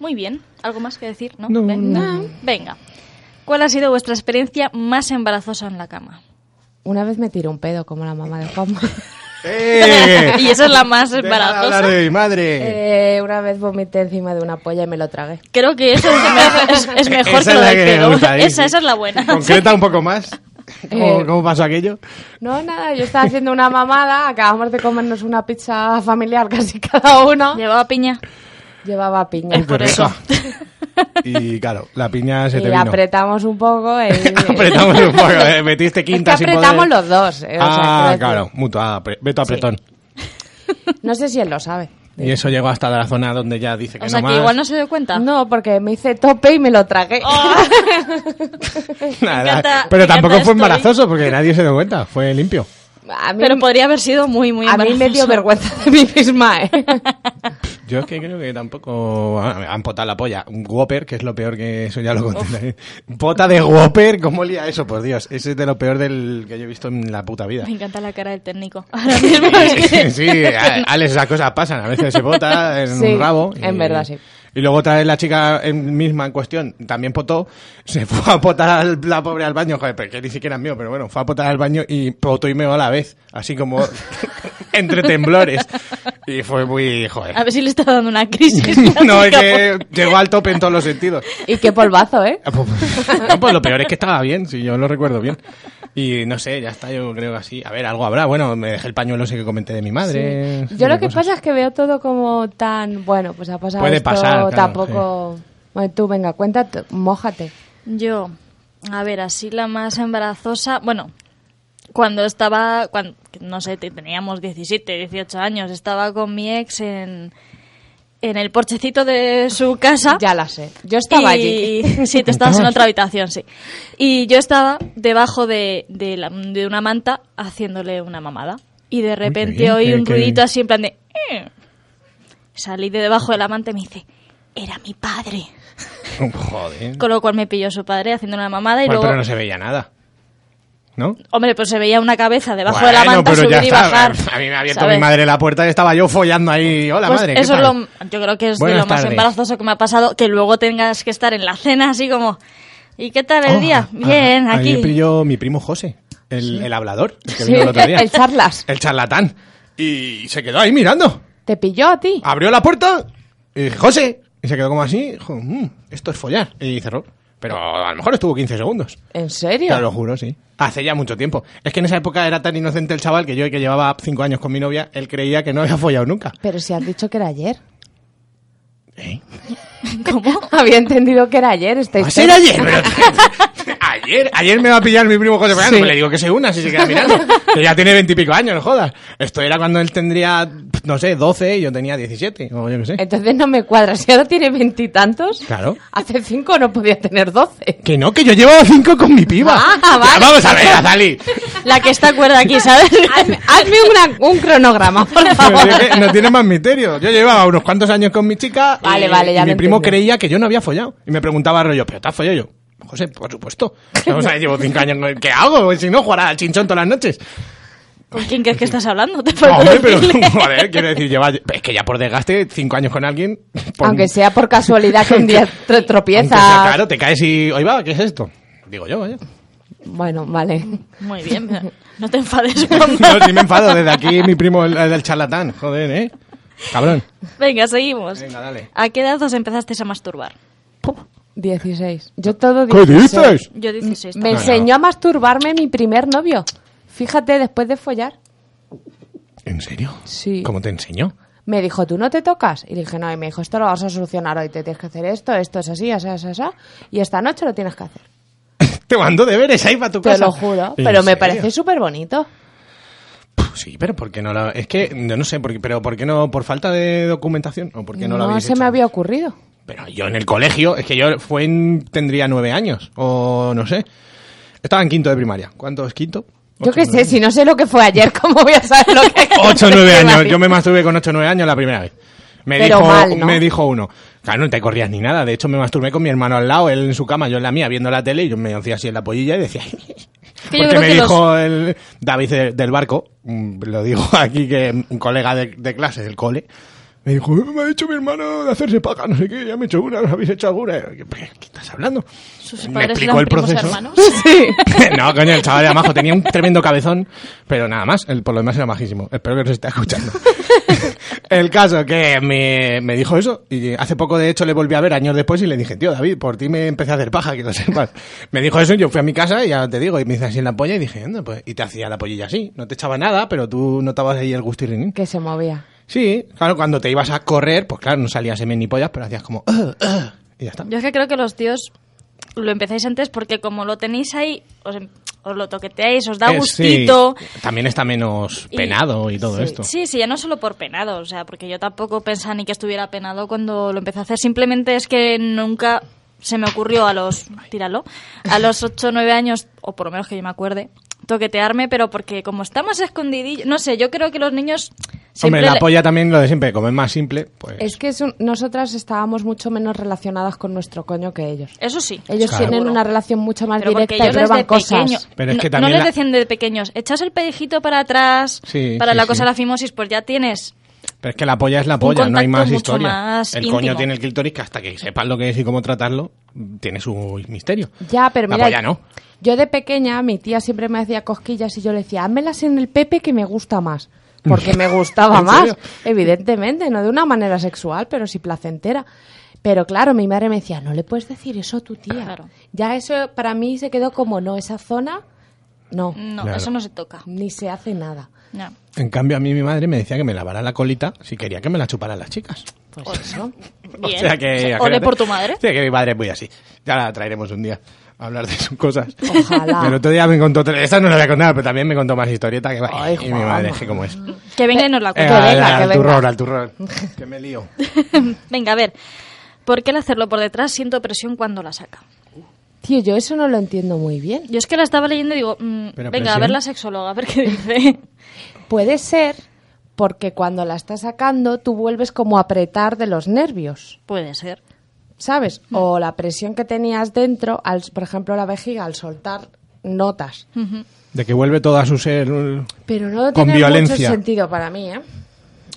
[SPEAKER 7] Muy bien. ¿Algo más que decir? No.
[SPEAKER 6] No,
[SPEAKER 7] venga.
[SPEAKER 6] no,
[SPEAKER 7] Venga. ¿Cuál ha sido vuestra experiencia más embarazosa en la cama?
[SPEAKER 3] Una vez me tiró un pedo como la mamá de Juanma.
[SPEAKER 6] ¡Eh!
[SPEAKER 7] y esa es la más
[SPEAKER 6] Deja de
[SPEAKER 7] embarazosa.
[SPEAKER 6] hablar de mi madre!
[SPEAKER 3] Eh, una vez vomité encima de una polla y me lo tragué.
[SPEAKER 7] Creo que eso es, es- es mejor
[SPEAKER 6] Eh, Esa
[SPEAKER 7] que
[SPEAKER 6] es
[SPEAKER 7] lo
[SPEAKER 6] la
[SPEAKER 7] del
[SPEAKER 6] que me
[SPEAKER 7] pedo.
[SPEAKER 6] gusta, ahí,
[SPEAKER 7] Esa,
[SPEAKER 6] sí.
[SPEAKER 7] esa es la buena.
[SPEAKER 6] Concreta un poco más. ¿Cómo,
[SPEAKER 3] Eh.
[SPEAKER 6] cómo pasó aquello?
[SPEAKER 3] No, nada, yo estaba haciendo una mamada, acabamos de comernos una pizza familiar casi cada uno.
[SPEAKER 7] Llevaba piña.
[SPEAKER 3] Llevaba piña.
[SPEAKER 7] Es por eso.
[SPEAKER 6] Pues Y claro, la piña se
[SPEAKER 3] Y
[SPEAKER 6] te vino.
[SPEAKER 3] apretamos un poco. eh,
[SPEAKER 6] apretamos un poco, eh, metiste
[SPEAKER 3] Es
[SPEAKER 6] quinta
[SPEAKER 3] que
[SPEAKER 6] sin
[SPEAKER 3] apretamos
[SPEAKER 6] poder.
[SPEAKER 3] los dos. eh, o sea,
[SPEAKER 6] ah,
[SPEAKER 3] quiero
[SPEAKER 6] claro,
[SPEAKER 3] decir,
[SPEAKER 6] mutua, apre- veto apretón.
[SPEAKER 3] No sé si él lo sabe.
[SPEAKER 6] Y eso llegó hasta la zona donde ya dice que
[SPEAKER 7] O sea,
[SPEAKER 6] no
[SPEAKER 7] que
[SPEAKER 6] más.
[SPEAKER 7] igual no se dio cuenta. Ah,
[SPEAKER 3] No, porque me hice tope y me lo tragué.
[SPEAKER 6] Oh. Nada,
[SPEAKER 7] Me encanta-
[SPEAKER 6] pero
[SPEAKER 7] me
[SPEAKER 6] tampoco
[SPEAKER 7] encanta
[SPEAKER 6] fue
[SPEAKER 7] esto, ¿eh?
[SPEAKER 6] embarazoso porque nadie se dio cuenta, fue limpio.
[SPEAKER 3] A mí,
[SPEAKER 7] Pero podría haber sido muy, muy
[SPEAKER 3] a mí me dio
[SPEAKER 7] embarazoso.
[SPEAKER 3] vergüenza de mí misma, ¿eh?
[SPEAKER 6] Yo es que creo que tampoco ah, me han potado la polla. Un Whopper, que es lo peor que eso ya lo conté. Pota de Whopper, ¿cómo lía eso? Por Dios, ese es de lo peor del que yo he visto en la puta vida.
[SPEAKER 7] Me encanta la cara del técnico. Ahora mismo es que-
[SPEAKER 6] Sí, a- Alex, esas cosas pasan. A veces se pota en
[SPEAKER 3] Sí,
[SPEAKER 6] un rabo.
[SPEAKER 3] en verdad, sí.
[SPEAKER 6] Y luego otra vez la chica en- misma en cuestión también potó. Se fue a potar al- la pobre al baño. Joder, pero que ni siquiera es mío, pero bueno, fue a potar al baño y potó y meó a la vez. Así como entre temblores. Y fue muy,
[SPEAKER 7] A
[SPEAKER 6] joder.
[SPEAKER 7] ver si le está dando una crisis. la
[SPEAKER 6] No, es
[SPEAKER 7] chica,
[SPEAKER 6] que llegó al tope en todos los sentidos.
[SPEAKER 3] Y qué polvazo, ¿eh?
[SPEAKER 6] Ah, pues- No, pues lo peor es que estaba bien, si yo lo recuerdo bien. Y no sé, ya está, yo creo que así. A ver, algo habrá. Bueno, me dejé el pañuelo ese que comenté de mi madre. ese
[SPEAKER 3] Yo
[SPEAKER 6] tipo
[SPEAKER 3] lo
[SPEAKER 6] de
[SPEAKER 3] que
[SPEAKER 6] Eh, cosas.
[SPEAKER 3] pasa es que veo todo como tan... Bueno, pues ha pasado
[SPEAKER 6] Puede
[SPEAKER 3] esto,
[SPEAKER 6] pasar, claro,
[SPEAKER 3] tampoco... Bueno, tú, venga, cuéntate, mójate.
[SPEAKER 7] Yo, a ver, así la más embarazosa, bueno, cuando estaba, cuando, no sé, te- teníamos 17, 18 años, estaba con mi ex en, en el porchecito de su casa.
[SPEAKER 3] Ya la sé. Yo estaba
[SPEAKER 7] Y-
[SPEAKER 3] allí.
[SPEAKER 7] Sí, tú estabas en otra habitación, sí. Y yo estaba debajo de, de la- de una manta haciéndole una mamada. Y de repente
[SPEAKER 6] bien,
[SPEAKER 7] oí
[SPEAKER 6] qué-
[SPEAKER 7] un
[SPEAKER 6] qué-
[SPEAKER 7] ruidito así en plan de... "Eh". Salí de debajo de la manta y me dice, era mi padre.
[SPEAKER 6] Joder.
[SPEAKER 7] Con lo cual me pilló su padre haciendo una mamada y
[SPEAKER 6] Bueno,
[SPEAKER 7] luego...
[SPEAKER 6] pero no se veía nada. ¿No?
[SPEAKER 7] Hombre, pues se veía una cabeza debajo de la
[SPEAKER 6] Bueno,
[SPEAKER 7] manta subir y
[SPEAKER 6] está.
[SPEAKER 7] bajar.
[SPEAKER 6] A mí me ha abierto
[SPEAKER 7] ¿sabes?
[SPEAKER 6] mi madre la puerta y estaba yo follando ahí. Hola,
[SPEAKER 7] Pues
[SPEAKER 6] madre. ¿qué
[SPEAKER 7] eso es
[SPEAKER 6] tal? Oh,
[SPEAKER 7] lo, yo creo que es de
[SPEAKER 6] Buenas
[SPEAKER 7] lo más
[SPEAKER 6] tardes.
[SPEAKER 7] embarazoso que me ha pasado, que luego tengas que estar en la cena así como, ¿y qué tal el
[SPEAKER 6] Oh,
[SPEAKER 7] día?
[SPEAKER 6] a-
[SPEAKER 7] Bien,
[SPEAKER 6] a- A mí me
[SPEAKER 7] aquí.
[SPEAKER 6] pilló mi primo José, el, el hablador, el que
[SPEAKER 3] Sí,
[SPEAKER 6] vino el otro día.
[SPEAKER 3] el charlas.
[SPEAKER 6] El charlatán. Y se quedó ahí mirando.
[SPEAKER 3] ¿Te pilló a ti?
[SPEAKER 6] Abrió la puerta y dije, José. Y se quedó como así. Dijo, "Mm, esto es follar. Y cerró. Pero a lo mejor estuvo 15 segundos.
[SPEAKER 3] ¿En serio?
[SPEAKER 6] Te lo juro, sí. Hace ya mucho tiempo. Es que en esa época era tan inocente el chaval que yo, que llevaba cinco años con mi novia, él creía que no había follado nunca.
[SPEAKER 3] Pero si has dicho que era ayer.
[SPEAKER 6] ¿Eh?
[SPEAKER 3] ¿Cómo? Había entendido que era ayer esta
[SPEAKER 6] ¿Va a ser
[SPEAKER 3] historia.
[SPEAKER 6] ¿Ah, ayer? Pero, tío, ayer, ayer me va a pillar mi primo José Fernando,
[SPEAKER 3] Sí.
[SPEAKER 6] pues le digo que se una si se queda mirando. Que ya tiene veintipico años, no jodas. Esto era cuando él tendría, no sé, 12 y yo tenía 17, o yo qué sé.
[SPEAKER 3] Entonces no me cuadra. Si ahora tiene veintitantos,
[SPEAKER 6] Claro.
[SPEAKER 3] hace cinco no podía tener doce.
[SPEAKER 6] Que no, que yo llevaba cinco con mi piba.
[SPEAKER 3] Ah,
[SPEAKER 6] Ya,
[SPEAKER 3] vale.
[SPEAKER 6] Vamos a ver, Azali.
[SPEAKER 7] La que está cuerda aquí, ¿sabes?
[SPEAKER 3] Hazme, hazme una- un cronograma, por
[SPEAKER 6] Pero
[SPEAKER 3] favor.
[SPEAKER 6] es que no tiene más misterio. Yo llevaba unos cuantos años con mi chica y-
[SPEAKER 3] Vale, vale, ya
[SPEAKER 6] y mi
[SPEAKER 3] lo
[SPEAKER 6] primo
[SPEAKER 3] entendí.
[SPEAKER 6] creía que yo no había follado. Y me preguntaba rollo, ¿pero te has follado Y yo? José, por supuesto. Vamos a ver, llevo cinco años. con- ¿Qué hago? Si no, jugará al chinchón todas las noches.
[SPEAKER 7] ¿Con quién crees que estás hablando? Te
[SPEAKER 3] Pues
[SPEAKER 6] No,
[SPEAKER 7] falta
[SPEAKER 6] hombre, pero
[SPEAKER 7] decirle.
[SPEAKER 6] joder, quiero decir, lleva, es que ya por desgaste, cinco años con alguien. por-
[SPEAKER 3] Aunque sea ah. por casualidad que un día te
[SPEAKER 6] aunque
[SPEAKER 3] tropiezas.
[SPEAKER 6] sea, claro, te caes y. Oye, va, ¿qué es esto? Digo yo, vaya.
[SPEAKER 3] Bueno, vale.
[SPEAKER 7] Muy bien, pero no te enfades.
[SPEAKER 6] No, sí me enfado. Desde aquí, mi primo, el, el charlatán. Joder, ¿eh? Cabrón.
[SPEAKER 7] Venga, seguimos.
[SPEAKER 6] Venga, dale.
[SPEAKER 7] ¿A qué edad os empezasteis a masturbar?
[SPEAKER 3] 16. Yo todo
[SPEAKER 6] ¿Qué
[SPEAKER 3] 16.
[SPEAKER 6] dices?
[SPEAKER 7] Yo 16 también.
[SPEAKER 3] Me
[SPEAKER 6] No, no.
[SPEAKER 3] enseñó a masturbarme mi primer novio. Fíjate, después de follar.
[SPEAKER 6] ¿En serio?
[SPEAKER 3] Sí.
[SPEAKER 6] ¿Cómo te enseñó?
[SPEAKER 3] Me dijo, ¿tú no te tocas? Y le dije, no. Y me dijo, esto lo vas a solucionar hoy. Te tienes que hacer esto, esto es así, así, así, así. Y esta noche lo tienes que hacer.
[SPEAKER 6] Te mando deberes ahí para tu
[SPEAKER 3] Te
[SPEAKER 6] casa.
[SPEAKER 3] lo juro.
[SPEAKER 6] Pues ¿En
[SPEAKER 3] Pero me
[SPEAKER 6] serio?
[SPEAKER 3] parece súper bonito.
[SPEAKER 6] Puh, Sí, pero ¿por qué no la...? Es que, no, no sé, por qué- pero ¿por qué no? ¿Por falta de documentación? ¿O por qué no, la habéis
[SPEAKER 3] se
[SPEAKER 6] hecho?
[SPEAKER 3] me había ocurrido.
[SPEAKER 6] Pero yo en el colegio, es que yo fue en- tendría nueve años, o no sé. Estaba en quinto de primaria. ¿Cuánto es quinto?
[SPEAKER 3] Yo
[SPEAKER 6] Ocho,
[SPEAKER 3] qué
[SPEAKER 6] nueve.
[SPEAKER 3] sé, si no sé lo que fue ayer, ¿cómo voy a saber lo que
[SPEAKER 6] 8 o 9
[SPEAKER 3] 9
[SPEAKER 6] años. Yo me masturbé con 8 o 9 años la primera vez. Me,
[SPEAKER 3] Pero
[SPEAKER 6] dijo,
[SPEAKER 3] mal, ¿no?
[SPEAKER 6] me dijo uno. Claro, no te corrías ni nada. De hecho, me masturbé con mi hermano al lado, él en su cama, yo en la mía, viendo la tele. Y yo me hacía así en la pollilla y decía...
[SPEAKER 7] que yo
[SPEAKER 6] Porque
[SPEAKER 7] creo
[SPEAKER 6] me
[SPEAKER 7] que los-
[SPEAKER 6] dijo el David de- del barco, mm, lo digo aquí, que un colega de, de clase del cole, me dijo, "Eh, me ha dicho mi hermano de hacerse paga, no sé qué, ya me he hecho una, ¿no habéis hecho alguna? Y yo, "¿Pero ¿Qué estás hablando?
[SPEAKER 7] Sus
[SPEAKER 6] me
[SPEAKER 7] padres
[SPEAKER 6] explicó
[SPEAKER 7] eran
[SPEAKER 6] el
[SPEAKER 7] primos
[SPEAKER 6] proceso.
[SPEAKER 7] hermanos.
[SPEAKER 3] Sí.
[SPEAKER 6] no, coño, el chaval era majo, tenía un tremendo cabezón, pero nada más, el, por lo demás era majísimo. Espero que nos esté escuchando. el caso que me, me dijo eso, y hace poco de hecho le volví a ver años después y le dije, tío, David, por ti me empecé a hacer paja, que lo sepas. me dijo eso, y yo fui a mi casa y ya te digo, y me hice así en la polla y dije, anda, pues, y te hacía la pollilla así, no te echaba nada, pero tú notabas ahí el gusto y rinín.
[SPEAKER 3] Que se movía.
[SPEAKER 6] Sí, claro, cuando te ibas a correr, pues claro, no salías semen ni pollas, pero hacías como, "Ugh, ugh", y ya está.
[SPEAKER 7] Yo es que creo que los tíos lo empezáis antes porque como lo tenéis ahí, os, em- os lo toqueteáis, os da
[SPEAKER 6] Eh,
[SPEAKER 7] gustito.
[SPEAKER 6] sí, También está menos
[SPEAKER 7] Y-
[SPEAKER 6] penado y todo
[SPEAKER 3] sí.
[SPEAKER 6] esto.
[SPEAKER 7] Sí, sí, ya no solo por penado, o sea, porque yo tampoco pensaba ni que estuviera penado cuando lo empecé a hacer, simplemente es que nunca se me ocurrió a los, tíralo, a los 8 o 9 años, o por lo menos que yo me acuerde, toquetearme, pero porque como está más escondidillo, no sé, yo creo que los niños... siempre
[SPEAKER 6] Hombre, la
[SPEAKER 7] le-
[SPEAKER 6] polla también lo de siempre, como es más simple, pues...
[SPEAKER 3] Es que es un- nosotras estábamos mucho menos relacionadas con nuestro coño que ellos.
[SPEAKER 7] Eso sí.
[SPEAKER 3] Ellos
[SPEAKER 6] Claro.
[SPEAKER 3] tienen una relación mucho más
[SPEAKER 7] Pero porque
[SPEAKER 3] directa y
[SPEAKER 7] ellos
[SPEAKER 3] prueban
[SPEAKER 7] desde
[SPEAKER 3] cosas.
[SPEAKER 7] pequeño-
[SPEAKER 6] Pero es que
[SPEAKER 7] no-
[SPEAKER 6] también
[SPEAKER 7] no les
[SPEAKER 6] la-
[SPEAKER 7] decían de pequeños, echas el pellejito para atrás
[SPEAKER 6] Sí,
[SPEAKER 7] para
[SPEAKER 6] sí,
[SPEAKER 7] la
[SPEAKER 6] sí.
[SPEAKER 7] cosa de la fimosis, pues ya tienes.
[SPEAKER 6] Pero es que la polla es la polla, no hay
[SPEAKER 7] contacto
[SPEAKER 6] más
[SPEAKER 7] mucho
[SPEAKER 6] historia.
[SPEAKER 7] más
[SPEAKER 6] el
[SPEAKER 7] íntimo.
[SPEAKER 6] coño tiene el clítoris que hasta que sepas lo que es y cómo tratarlo, tiene su misterio.
[SPEAKER 3] Ya, pero
[SPEAKER 6] La
[SPEAKER 3] mira,
[SPEAKER 6] polla no.
[SPEAKER 3] yo de pequeña mi tía siempre me hacía cosquillas y yo le decía, házmelas en el Pepe que me gusta más. Porque me gustaba
[SPEAKER 6] ¿En
[SPEAKER 3] más,
[SPEAKER 6] serio?
[SPEAKER 3] evidentemente, no de una manera sexual, pero sí placentera. Pero claro, mi madre me decía, no le puedes decir eso a tu tía.
[SPEAKER 7] Claro.
[SPEAKER 3] Ya eso para mí se quedó como, no, esa zona, no,
[SPEAKER 7] No,
[SPEAKER 6] Claro.
[SPEAKER 7] eso no se toca.
[SPEAKER 3] ni se hace nada.
[SPEAKER 7] No.
[SPEAKER 6] En cambio, a mí mi madre me decía que me lavara la colita si quería que me la chuparan las chicas.
[SPEAKER 3] Pues eso.
[SPEAKER 7] Bien.
[SPEAKER 6] O sea que...
[SPEAKER 7] Ole
[SPEAKER 6] acuérdate.
[SPEAKER 7] por tu madre.
[SPEAKER 6] O sea que mi madre es muy así. Ya la traeremos un día a hablar de sus cosas.
[SPEAKER 3] Ojalá.
[SPEAKER 6] El otro día me contó... tres- Esa no la voy a contar, pero también me contó más historieta que...
[SPEAKER 3] Ay,
[SPEAKER 6] y mi madre
[SPEAKER 3] Juan.
[SPEAKER 6] es que como es.
[SPEAKER 7] Que venga y nos la
[SPEAKER 6] Eh,
[SPEAKER 7] cuente.
[SPEAKER 3] venga,
[SPEAKER 6] al-
[SPEAKER 3] que
[SPEAKER 6] al
[SPEAKER 3] venga.
[SPEAKER 6] turrón, al turrón. Que me lío.
[SPEAKER 7] venga, a ver. ¿Por qué el hacerlo por detrás siento presión cuando la saca?
[SPEAKER 3] Tío, yo eso no lo entiendo muy bien.
[SPEAKER 7] Yo es que la estaba leyendo y digo, mm,
[SPEAKER 6] ¿Pero
[SPEAKER 7] venga, a ver
[SPEAKER 6] presión?
[SPEAKER 7] la sexóloga, a ver qué dice.
[SPEAKER 3] Puede ser porque cuando la estás sacando tú vuelves como a apretar de los nervios.
[SPEAKER 7] Puede ser.
[SPEAKER 3] ¿sabes? O la presión que tenías dentro, al, por ejemplo, la vejiga, al soltar notas.
[SPEAKER 6] De que vuelve todo a su ser. eh,
[SPEAKER 3] Pero no
[SPEAKER 6] Con
[SPEAKER 3] tiene
[SPEAKER 6] violencia.
[SPEAKER 3] mucho sentido para mí, ¿eh?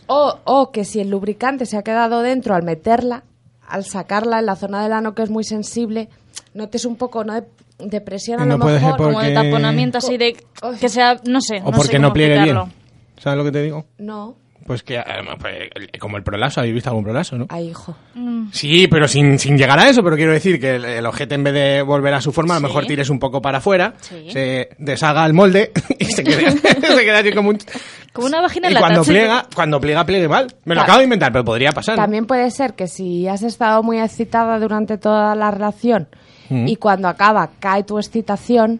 [SPEAKER 3] O, o que si el lubricante se ha quedado dentro al meterla, al sacarla en la zona del ano que es muy sensible, notes un poco ¿no? de, de presión a
[SPEAKER 6] No
[SPEAKER 3] lo
[SPEAKER 6] puede ser
[SPEAKER 3] mejor.
[SPEAKER 6] por-
[SPEAKER 7] Como de
[SPEAKER 6] Porque-
[SPEAKER 7] taponamiento así de
[SPEAKER 3] Oh, Ay.
[SPEAKER 7] que sea, no sé, no
[SPEAKER 6] O
[SPEAKER 7] sé
[SPEAKER 6] porque no
[SPEAKER 7] cómo
[SPEAKER 6] pliegue bien.
[SPEAKER 7] explicarlo.
[SPEAKER 6] ¿Sabes lo que te digo?
[SPEAKER 3] No.
[SPEAKER 6] Pues que, además, pues, el- como el prolazo, ¿habéis visto algún prolazo, no?
[SPEAKER 3] Ay, hijo.
[SPEAKER 6] Sí, pero sin, sin llegar a eso, pero quiero decir que el, el ojete en vez de volver a su forma, a lo mejor tires un poco para afuera,
[SPEAKER 7] Sí.
[SPEAKER 6] se deshaga el molde y se queda, se queda así como un...
[SPEAKER 7] Como una vagina en
[SPEAKER 6] Y
[SPEAKER 7] la
[SPEAKER 6] cuando pliega, cuando pliega, pliegue mal. Me lo
[SPEAKER 3] Claro.
[SPEAKER 6] acabo de inventar, pero podría pasar. ¿no?
[SPEAKER 3] También puede ser que si has estado muy excitada durante toda la relación y cuando acaba cae tu excitación,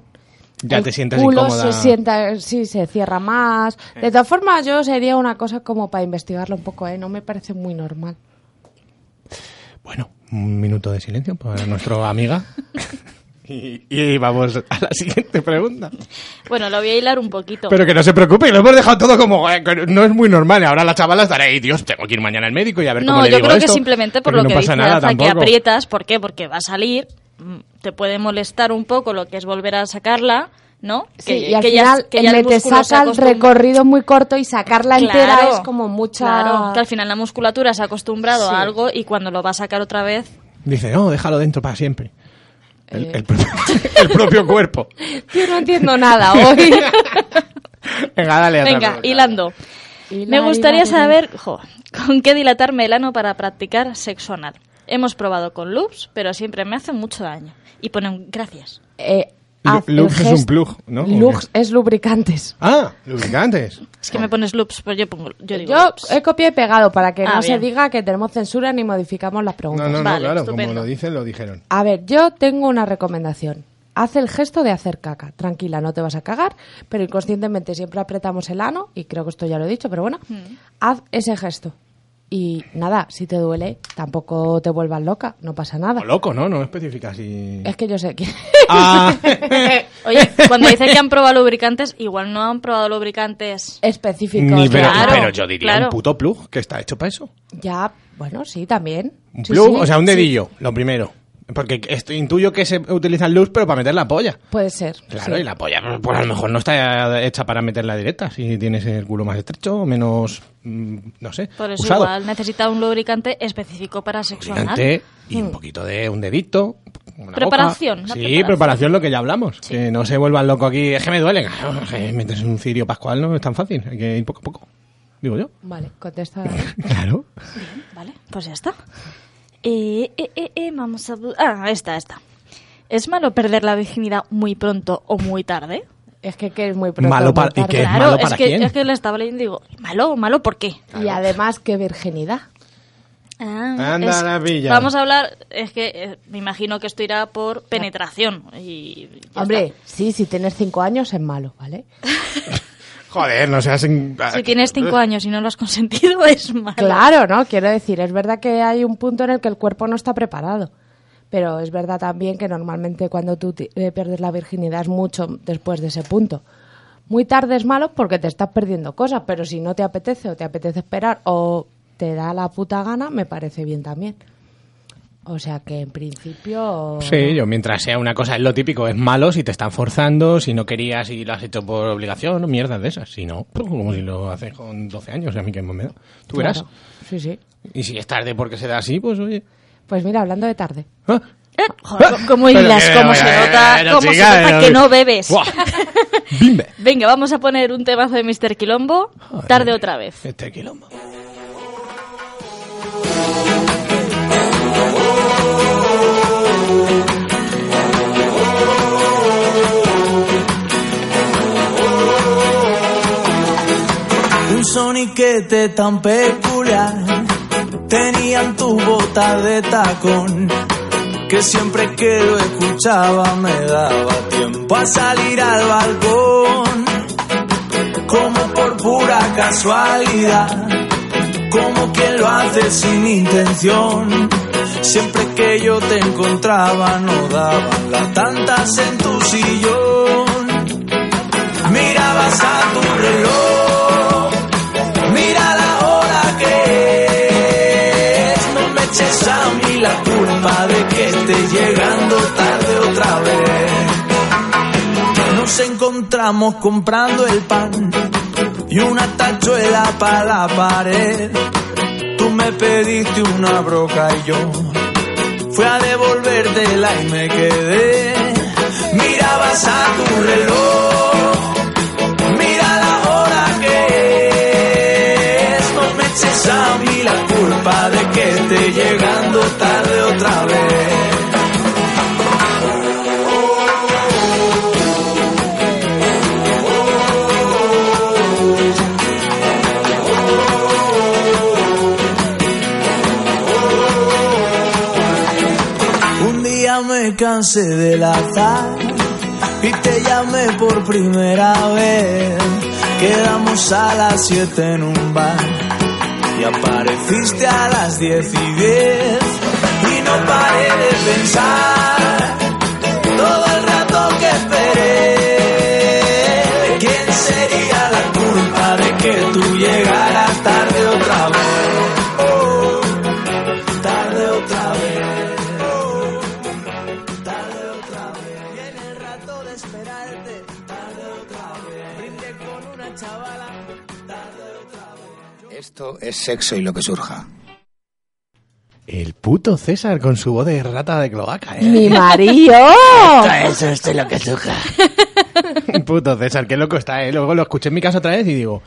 [SPEAKER 6] Mm. Ya
[SPEAKER 3] el
[SPEAKER 6] te sientes
[SPEAKER 3] culo
[SPEAKER 6] incómoda.
[SPEAKER 3] se sienta, sí, se cierra más. De todas formas, yo sería una cosa como para investigarlo un poco, ¿eh? No me parece muy normal.
[SPEAKER 6] Bueno, un minuto de silencio para nuestra amiga. y, y vamos a la siguiente pregunta.
[SPEAKER 7] Bueno, lo voy a hilar un poquito.
[SPEAKER 6] Pero que no se preocupe, lo hemos dejado todo como. eh, que no es muy normal. Ahora la chavala estará ahí, Dios, tengo que ir mañana al médico y a ver
[SPEAKER 7] no,
[SPEAKER 6] cómo le
[SPEAKER 7] yo
[SPEAKER 6] digo
[SPEAKER 7] creo
[SPEAKER 6] esto",
[SPEAKER 7] que simplemente por
[SPEAKER 6] porque
[SPEAKER 7] lo
[SPEAKER 6] no
[SPEAKER 7] que
[SPEAKER 6] pasa
[SPEAKER 7] dice
[SPEAKER 6] nada,
[SPEAKER 7] Aza, que
[SPEAKER 6] tampoco.
[SPEAKER 7] aprietas, ¿por qué? Porque va a salir, mm, te puede molestar un poco lo que es volver a sacarla, ¿no?
[SPEAKER 3] Sí,
[SPEAKER 7] que,
[SPEAKER 3] y al
[SPEAKER 7] que ya-
[SPEAKER 3] final,
[SPEAKER 7] que
[SPEAKER 3] el
[SPEAKER 7] ya
[SPEAKER 3] me te
[SPEAKER 7] músculo se
[SPEAKER 3] saca el
[SPEAKER 7] acostumbra.
[SPEAKER 3] recorrido muy corto y sacarla entera
[SPEAKER 7] Claro,
[SPEAKER 3] es como mucha...
[SPEAKER 7] Claro, que al final la musculatura se ha acostumbrado
[SPEAKER 3] Sí.
[SPEAKER 7] a algo y cuando lo va a sacar otra vez...
[SPEAKER 6] Dice, no, déjalo dentro para siempre. El,
[SPEAKER 7] Eh.
[SPEAKER 6] el pro- el propio cuerpo.
[SPEAKER 3] Yo no entiendo nada hoy.
[SPEAKER 6] Venga, dale otra
[SPEAKER 7] Venga,
[SPEAKER 6] pregunta.
[SPEAKER 7] hilando. Me gustaría saber jo, con qué dilatarme el ano para practicar sexo anal. Hemos probado con loops, pero siempre me hace mucho daño. Y ponen gracias.
[SPEAKER 3] Eh,
[SPEAKER 6] Lu-
[SPEAKER 3] haz el
[SPEAKER 6] Lux es un
[SPEAKER 3] gest-
[SPEAKER 6] plug, ¿no?
[SPEAKER 3] Lux es lubricantes.
[SPEAKER 6] Ah, lubricantes.
[SPEAKER 7] Es que me pones loops, pero yo pongo. Yo digo
[SPEAKER 3] Yo eh,
[SPEAKER 7] loops.
[SPEAKER 3] he copiado y pegado para que
[SPEAKER 7] Ah,
[SPEAKER 3] no se
[SPEAKER 7] bien.
[SPEAKER 3] diga que tenemos censura ni modificamos las
[SPEAKER 6] No, no,
[SPEAKER 3] preguntas.
[SPEAKER 6] no,
[SPEAKER 7] Vale,
[SPEAKER 6] claro,
[SPEAKER 7] estupendo.
[SPEAKER 6] como lo dicen, lo dijeron.
[SPEAKER 3] A ver, yo tengo una recomendación. Haz el gesto de hacer caca. Tranquila, no te vas a cagar, pero inconscientemente siempre apretamos el ano, y creo que esto ya lo he dicho, pero bueno,
[SPEAKER 7] Mm.
[SPEAKER 3] haz ese gesto. Y nada, si te duele, tampoco te vuelvas loca, no pasa nada.
[SPEAKER 6] O loco, ¿no? No especifica si...
[SPEAKER 3] Es que yo sé que...
[SPEAKER 6] Ah.
[SPEAKER 7] Oye, cuando dicen que han probado lubricantes, igual no han probado
[SPEAKER 6] Eh,
[SPEAKER 7] lubricantes.
[SPEAKER 3] Específico.
[SPEAKER 6] Ni,
[SPEAKER 3] o
[SPEAKER 6] pero,
[SPEAKER 3] sea,
[SPEAKER 7] claro,
[SPEAKER 6] pero yo diría
[SPEAKER 7] claro.
[SPEAKER 6] un puto plug que está hecho para eso.
[SPEAKER 3] Ya, bueno, sí, también.
[SPEAKER 6] Un
[SPEAKER 3] Sí,
[SPEAKER 6] plug,
[SPEAKER 3] sí,
[SPEAKER 6] o sea, un
[SPEAKER 3] sí.
[SPEAKER 6] dedillo, lo primero. Porque esto, intuyo que se utiliza el luz, pero para meter la polla.
[SPEAKER 3] Puede ser.
[SPEAKER 6] Claro,
[SPEAKER 3] sí.
[SPEAKER 6] y la polla, pues a lo mejor no está hecha para meterla directa, si tienes el culo más estrecho, menos, mm, no sé,
[SPEAKER 7] Por eso
[SPEAKER 6] usado.
[SPEAKER 7] igual necesita un lubricante específico para sexo anal.
[SPEAKER 6] Lubricante y un poquito de un dedito. una
[SPEAKER 7] Hmm. Preparación,
[SPEAKER 6] boca.
[SPEAKER 7] la
[SPEAKER 6] Sí,
[SPEAKER 7] preparación.
[SPEAKER 6] preparación. lo que ya hablamos. Que no se vuelvan loco aquí. Es que me duele. claro, es que Meterse un cirio pascual no es tan fácil. Hay que ir poco a poco. Digo yo.
[SPEAKER 3] Vale, contesta.
[SPEAKER 6] Claro.
[SPEAKER 7] Vale, pues ya está. Eh, eh, eh, eh, vamos a... bu- Ah, esta, esta. ¿Es malo perder la virginidad muy pronto o muy tarde?
[SPEAKER 3] Es que, que es muy pronto.
[SPEAKER 6] Malo
[SPEAKER 3] muy
[SPEAKER 6] para- y
[SPEAKER 3] tarde.
[SPEAKER 6] que- ¿Es
[SPEAKER 7] claro,
[SPEAKER 6] malo para
[SPEAKER 7] que,
[SPEAKER 6] quién?
[SPEAKER 7] es que lo estaba leyendo y digo, ¿malo o malo por qué?
[SPEAKER 3] Y además, qué virginidad.
[SPEAKER 7] Ah,
[SPEAKER 6] Anda,
[SPEAKER 7] es-
[SPEAKER 6] la pilla.
[SPEAKER 7] Vamos a hablar, es que eh, me imagino que esto irá por penetración. Y ya
[SPEAKER 3] Hombre,
[SPEAKER 7] está.
[SPEAKER 3] sí, si tienes cinco años es malo, ¿vale?
[SPEAKER 6] Joder, no seas... in-
[SPEAKER 7] si tienes cinco años y no lo has consentido, es malo.
[SPEAKER 3] Claro, ¿no? Quiero decir, es verdad que hay un punto en el que el cuerpo no está preparado. Pero es verdad también que normalmente cuando tú ti- eh, pierdes la virginidad es mucho después de ese punto. Muy tarde es malo porque te estás perdiendo cosas, pero si no te apetece o te apetece esperar o te da la puta gana, me parece bien también. O sea que en principio...
[SPEAKER 6] Sí, yo mientras sea una cosa, es lo típico, es malo si te están forzando, si no querías y lo has hecho por obligación, mierdas de esas. Si no, pues, como si lo haces con 12 años, a mí que me da. Tú
[SPEAKER 3] Claro.
[SPEAKER 6] verás.
[SPEAKER 3] Sí, sí.
[SPEAKER 6] Y si es tarde porque se da así, pues oye.
[SPEAKER 3] Pues mira, hablando de tarde.
[SPEAKER 6] Ah.
[SPEAKER 7] Eh, joder, ¿Cómo
[SPEAKER 6] Pero
[SPEAKER 7] hilas?
[SPEAKER 6] que-
[SPEAKER 7] ¿Cómo se
[SPEAKER 6] pero
[SPEAKER 7] nota?
[SPEAKER 6] chica,
[SPEAKER 7] ¿Cómo se nota
[SPEAKER 6] pero-
[SPEAKER 7] que no bebes?
[SPEAKER 6] Buah. Bimbe.
[SPEAKER 7] Venga, vamos a poner un temazo de Mr. Quilombo. Tarde otra vez.
[SPEAKER 6] Este quilombo.
[SPEAKER 8] Un soniquete tan peculiar tenían tus botas de tacón que siempre que lo escuchaba me daba tiempo a salir al balcón como por pura casualidad como quien lo hace sin intención siempre que yo te encontraba no daban las tantas en tu sillón mirabas a tu reloj Mira la hora que es, no me eches a mí la culpa de que esté llegando tarde otra vez. Nos encontramos comprando el pan y una tachuela para la pared. Tú me pediste una broca y yo fui a devolvértela y me quedé. Mirabas a tu reloj. Mira la hora que es, no me eches a mí la culpa de que esté llegando tarde otra vez. Un día me cansé del azar y te llamé por primera vez. Quedamos a las 7 en un bar y apareciste a las 10 y 10. Y no paré de pensar todo el rato que esperé. ¿Quién sería la culpa de que tú llegaras tarde otra vez? Oh, tarde otra vez.
[SPEAKER 5] Esto es sexo y lo que surja.
[SPEAKER 6] El puto César con su voz de rata de cloaca, ¿eh?
[SPEAKER 3] ¡Mi marido!
[SPEAKER 5] Eso es lo que surja.
[SPEAKER 6] Puto César, qué loco está, ¿eh? Luego lo escuché en mi casa otra vez y digo,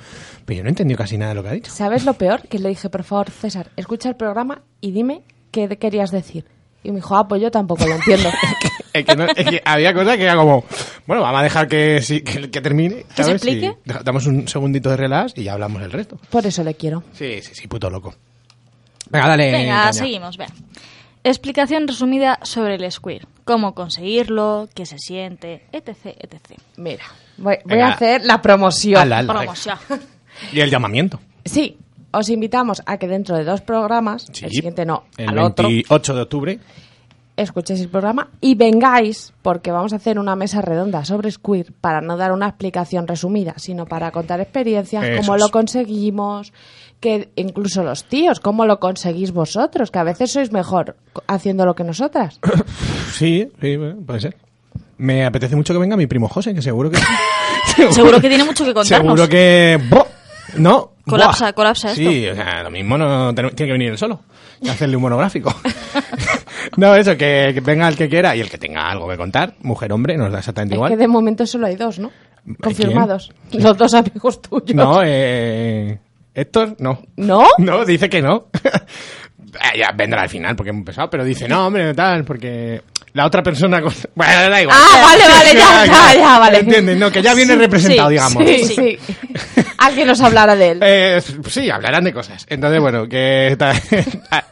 [SPEAKER 6] pero yo no he entendido casi nada de lo que ha dicho.
[SPEAKER 3] ¿Sabes lo peor? Que le dije, por favor, César, escucha el programa y dime ¿qué de- querías decir? Y me dijo, ah, pues yo tampoco lo entiendo.
[SPEAKER 6] Es que, no- es que había cosas que era como, bueno, vamos a dejar que, sí- que, que termine.
[SPEAKER 7] se
[SPEAKER 6] ¿sabes? Y
[SPEAKER 7] explique?
[SPEAKER 6] deja- damos un segundito de relax y ya hablamos el resto.
[SPEAKER 3] Por eso le quiero.
[SPEAKER 6] Sí, sí, sí, puto loco. Venga, dale.
[SPEAKER 7] Venga,
[SPEAKER 6] caña.
[SPEAKER 7] seguimos, vea. Explicación resumida sobre el squir. Cómo conseguirlo, qué se siente, etc, etc.
[SPEAKER 3] Mira, voy, voy
[SPEAKER 6] Venga.
[SPEAKER 3] a hacer la promoción.
[SPEAKER 6] Ala, ala.
[SPEAKER 7] Promoción.
[SPEAKER 6] Y el llamamiento.
[SPEAKER 3] Sí, os invitamos a que dentro de dos programas,
[SPEAKER 6] Sí.
[SPEAKER 3] el siguiente no,
[SPEAKER 6] El
[SPEAKER 3] al otro,
[SPEAKER 6] 28 de octubre.
[SPEAKER 3] escuchéis el programa y vengáis porque vamos a hacer una mesa redonda sobre Squid para no dar una explicación resumida, sino para contar experiencias,
[SPEAKER 6] Eso
[SPEAKER 3] cómo
[SPEAKER 6] es.
[SPEAKER 3] lo conseguimos, que incluso los tíos, cómo lo conseguís vosotros, que a veces sois mejor co- haciéndolo que nosotras.
[SPEAKER 6] Sí, sí, bueno, puede ser. Me apetece mucho que venga mi primo José, que seguro que...
[SPEAKER 7] Seguro que tiene mucho que contarnos.
[SPEAKER 6] Seguro que... ¡Buah! No.
[SPEAKER 7] Colapsa,
[SPEAKER 6] ¡Buah!
[SPEAKER 7] colapsa
[SPEAKER 6] Sí, o sea, lo mismo no ten- tiene que venir él solo y hacerle un monográfico. no, eso, que, que venga el que quiera y el que tenga algo que contar, mujer, hombre, nos da exactamente
[SPEAKER 3] Es
[SPEAKER 6] igual.
[SPEAKER 3] que de momento solo hay dos, ¿no?
[SPEAKER 6] ¿Quién?
[SPEAKER 3] Confirmados. Los dos amigos tuyos.
[SPEAKER 6] No, eh... Héctor, no.
[SPEAKER 3] ¿No?
[SPEAKER 6] No, dice que no. Ah, ya vendrá al final porque es muy pesado, pero dice, no, hombre, tal, porque la otra persona... con- Bueno, da igual.
[SPEAKER 3] Ah, vale, vale, ya, ya, ya, vale.
[SPEAKER 6] ¿Entiendes? No, que ya viene
[SPEAKER 7] Sí,
[SPEAKER 6] representado,
[SPEAKER 7] sí,
[SPEAKER 6] digamos.
[SPEAKER 3] Sí, sí. Alguien nos hablará de él.
[SPEAKER 6] Eh, sí, hablarán de cosas. Entonces, bueno, que ta-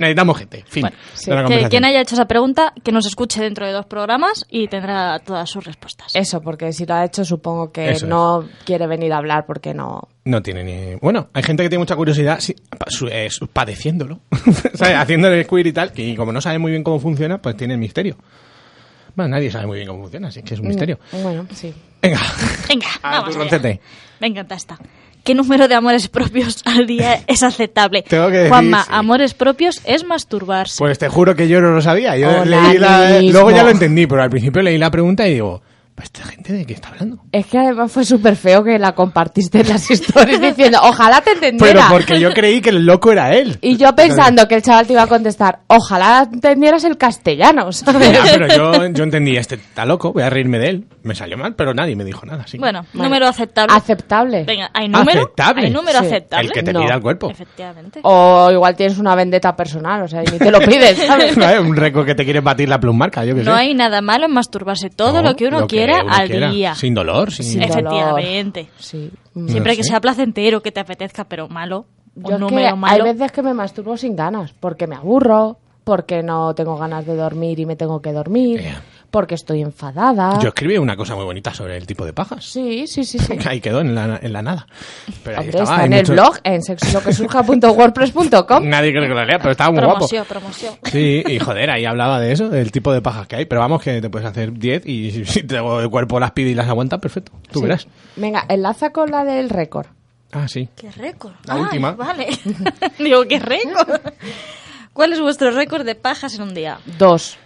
[SPEAKER 6] necesitamos gente. Fin.
[SPEAKER 3] sí.
[SPEAKER 6] de la
[SPEAKER 7] Que
[SPEAKER 6] conversación.
[SPEAKER 7] quien haya hecho esa pregunta, que nos escuche dentro de dos programas y tendrá todas sus respuestas.
[SPEAKER 3] Eso, porque si lo ha hecho, supongo que
[SPEAKER 6] Eso es.
[SPEAKER 3] no quiere venir a hablar porque no.
[SPEAKER 6] No tiene ni... Bueno, hay gente que tiene mucha curiosidad sí, pa- su- eh, su- padeciéndolo. ¿Sabes? Haciéndole queer y tal. Y como no sabe muy bien cómo funciona, pues tiene el misterio. Bueno, nadie sabe muy bien cómo funciona, así que
[SPEAKER 3] Mm.
[SPEAKER 6] es un misterio.
[SPEAKER 3] Bueno, sí.
[SPEAKER 6] Venga.
[SPEAKER 7] Venga,
[SPEAKER 6] Ah,
[SPEAKER 7] vamos
[SPEAKER 6] tu
[SPEAKER 7] allá.
[SPEAKER 6] roncete.
[SPEAKER 7] Me encanta esta. ¿Qué número de amores propios al día es aceptable?
[SPEAKER 6] Tengo que decir,
[SPEAKER 7] Juanma,
[SPEAKER 6] sí.
[SPEAKER 7] amores propios es masturbarse.
[SPEAKER 6] Pues te juro que yo no lo sabía. Yo
[SPEAKER 3] Hola,
[SPEAKER 6] leí la... eh,
[SPEAKER 3] mismo.
[SPEAKER 6] Luego ya lo entendí, pero al principio leí la pregunta y digo, ¿pues esta gente de qué está hablando?
[SPEAKER 3] Es que además fue súper feo que la compartiste en las historias diciendo, ojalá te
[SPEAKER 6] Pero
[SPEAKER 3] entendiera.
[SPEAKER 6] porque yo creí que el loco era él.
[SPEAKER 3] Y yo pensando que el chaval te iba a contestar, ojalá entendieras el castellano, ¿sabes?
[SPEAKER 6] Ya, pero yo, yo entendí, este está loco, voy a reírme de él. Me salió mal, pero nadie me dijo nada. Así que-
[SPEAKER 7] bueno,
[SPEAKER 3] Vale.
[SPEAKER 7] número aceptable.
[SPEAKER 3] Aceptable.
[SPEAKER 7] Venga, ¿hay número?
[SPEAKER 6] Aceptable.
[SPEAKER 7] ¿Hay número
[SPEAKER 3] Sí. Oh,
[SPEAKER 7] aceptable?
[SPEAKER 6] el que te
[SPEAKER 3] No.
[SPEAKER 6] pida el cuerpo.
[SPEAKER 7] Efectivamente.
[SPEAKER 3] O igual tienes una vendetta personal, o sea, y ni te lo pides, ¿sabes?
[SPEAKER 6] No, es un récord que te quieres batir la plusmarca, yo que
[SPEAKER 7] No
[SPEAKER 6] sé.
[SPEAKER 7] hay nada malo en masturbarse todo
[SPEAKER 6] No,
[SPEAKER 7] lo que uno quiera al día.
[SPEAKER 6] Sin dolor, sin...
[SPEAKER 3] Sin dolor.
[SPEAKER 7] Efectivamente.
[SPEAKER 3] Sí. Mm.
[SPEAKER 7] Siempre
[SPEAKER 6] No
[SPEAKER 7] que
[SPEAKER 6] sé.
[SPEAKER 7] sea placentero, que te apetezca, pero malo.
[SPEAKER 3] Yo
[SPEAKER 7] Un
[SPEAKER 3] es
[SPEAKER 7] número
[SPEAKER 3] que hay
[SPEAKER 7] malo.
[SPEAKER 3] veces que me masturbo sin ganas, porque me aburro, porque no tengo ganas de dormir y me tengo que dormir,
[SPEAKER 6] Ea.
[SPEAKER 3] porque estoy enfadada.
[SPEAKER 6] Eh. Yo escribí una cosa muy bonita sobre el tipo de pajas.
[SPEAKER 3] Sí, sí, sí, sí.
[SPEAKER 6] Ahí quedó en la, en la nada. Pero ahí
[SPEAKER 3] Hombre,
[SPEAKER 6] estaba,
[SPEAKER 3] está
[SPEAKER 6] hay
[SPEAKER 3] en el
[SPEAKER 6] mucho-
[SPEAKER 3] blog, en sexoloquesurja.wordpress.com.
[SPEAKER 6] Nadie creo que lo lea, pero estaba muy guapo.
[SPEAKER 7] Promoción, promoción.
[SPEAKER 6] Sí, y joder, ahí hablaba de eso, del tipo de pajas que hay. Pero vamos, que te puedes hacer 10 y si, si te- el cuerpo las pide y las aguanta, perfecto. Tú
[SPEAKER 3] Sí.
[SPEAKER 6] verás.
[SPEAKER 3] Venga, enlaza con la del récord.
[SPEAKER 6] Ah, sí.
[SPEAKER 7] ¡Qué récord!
[SPEAKER 6] La
[SPEAKER 7] Ay,
[SPEAKER 6] última.
[SPEAKER 7] Vale. Digo, ¡qué récord! ¿Cuál es vuestro récord de pajas en un día?
[SPEAKER 3] Dos.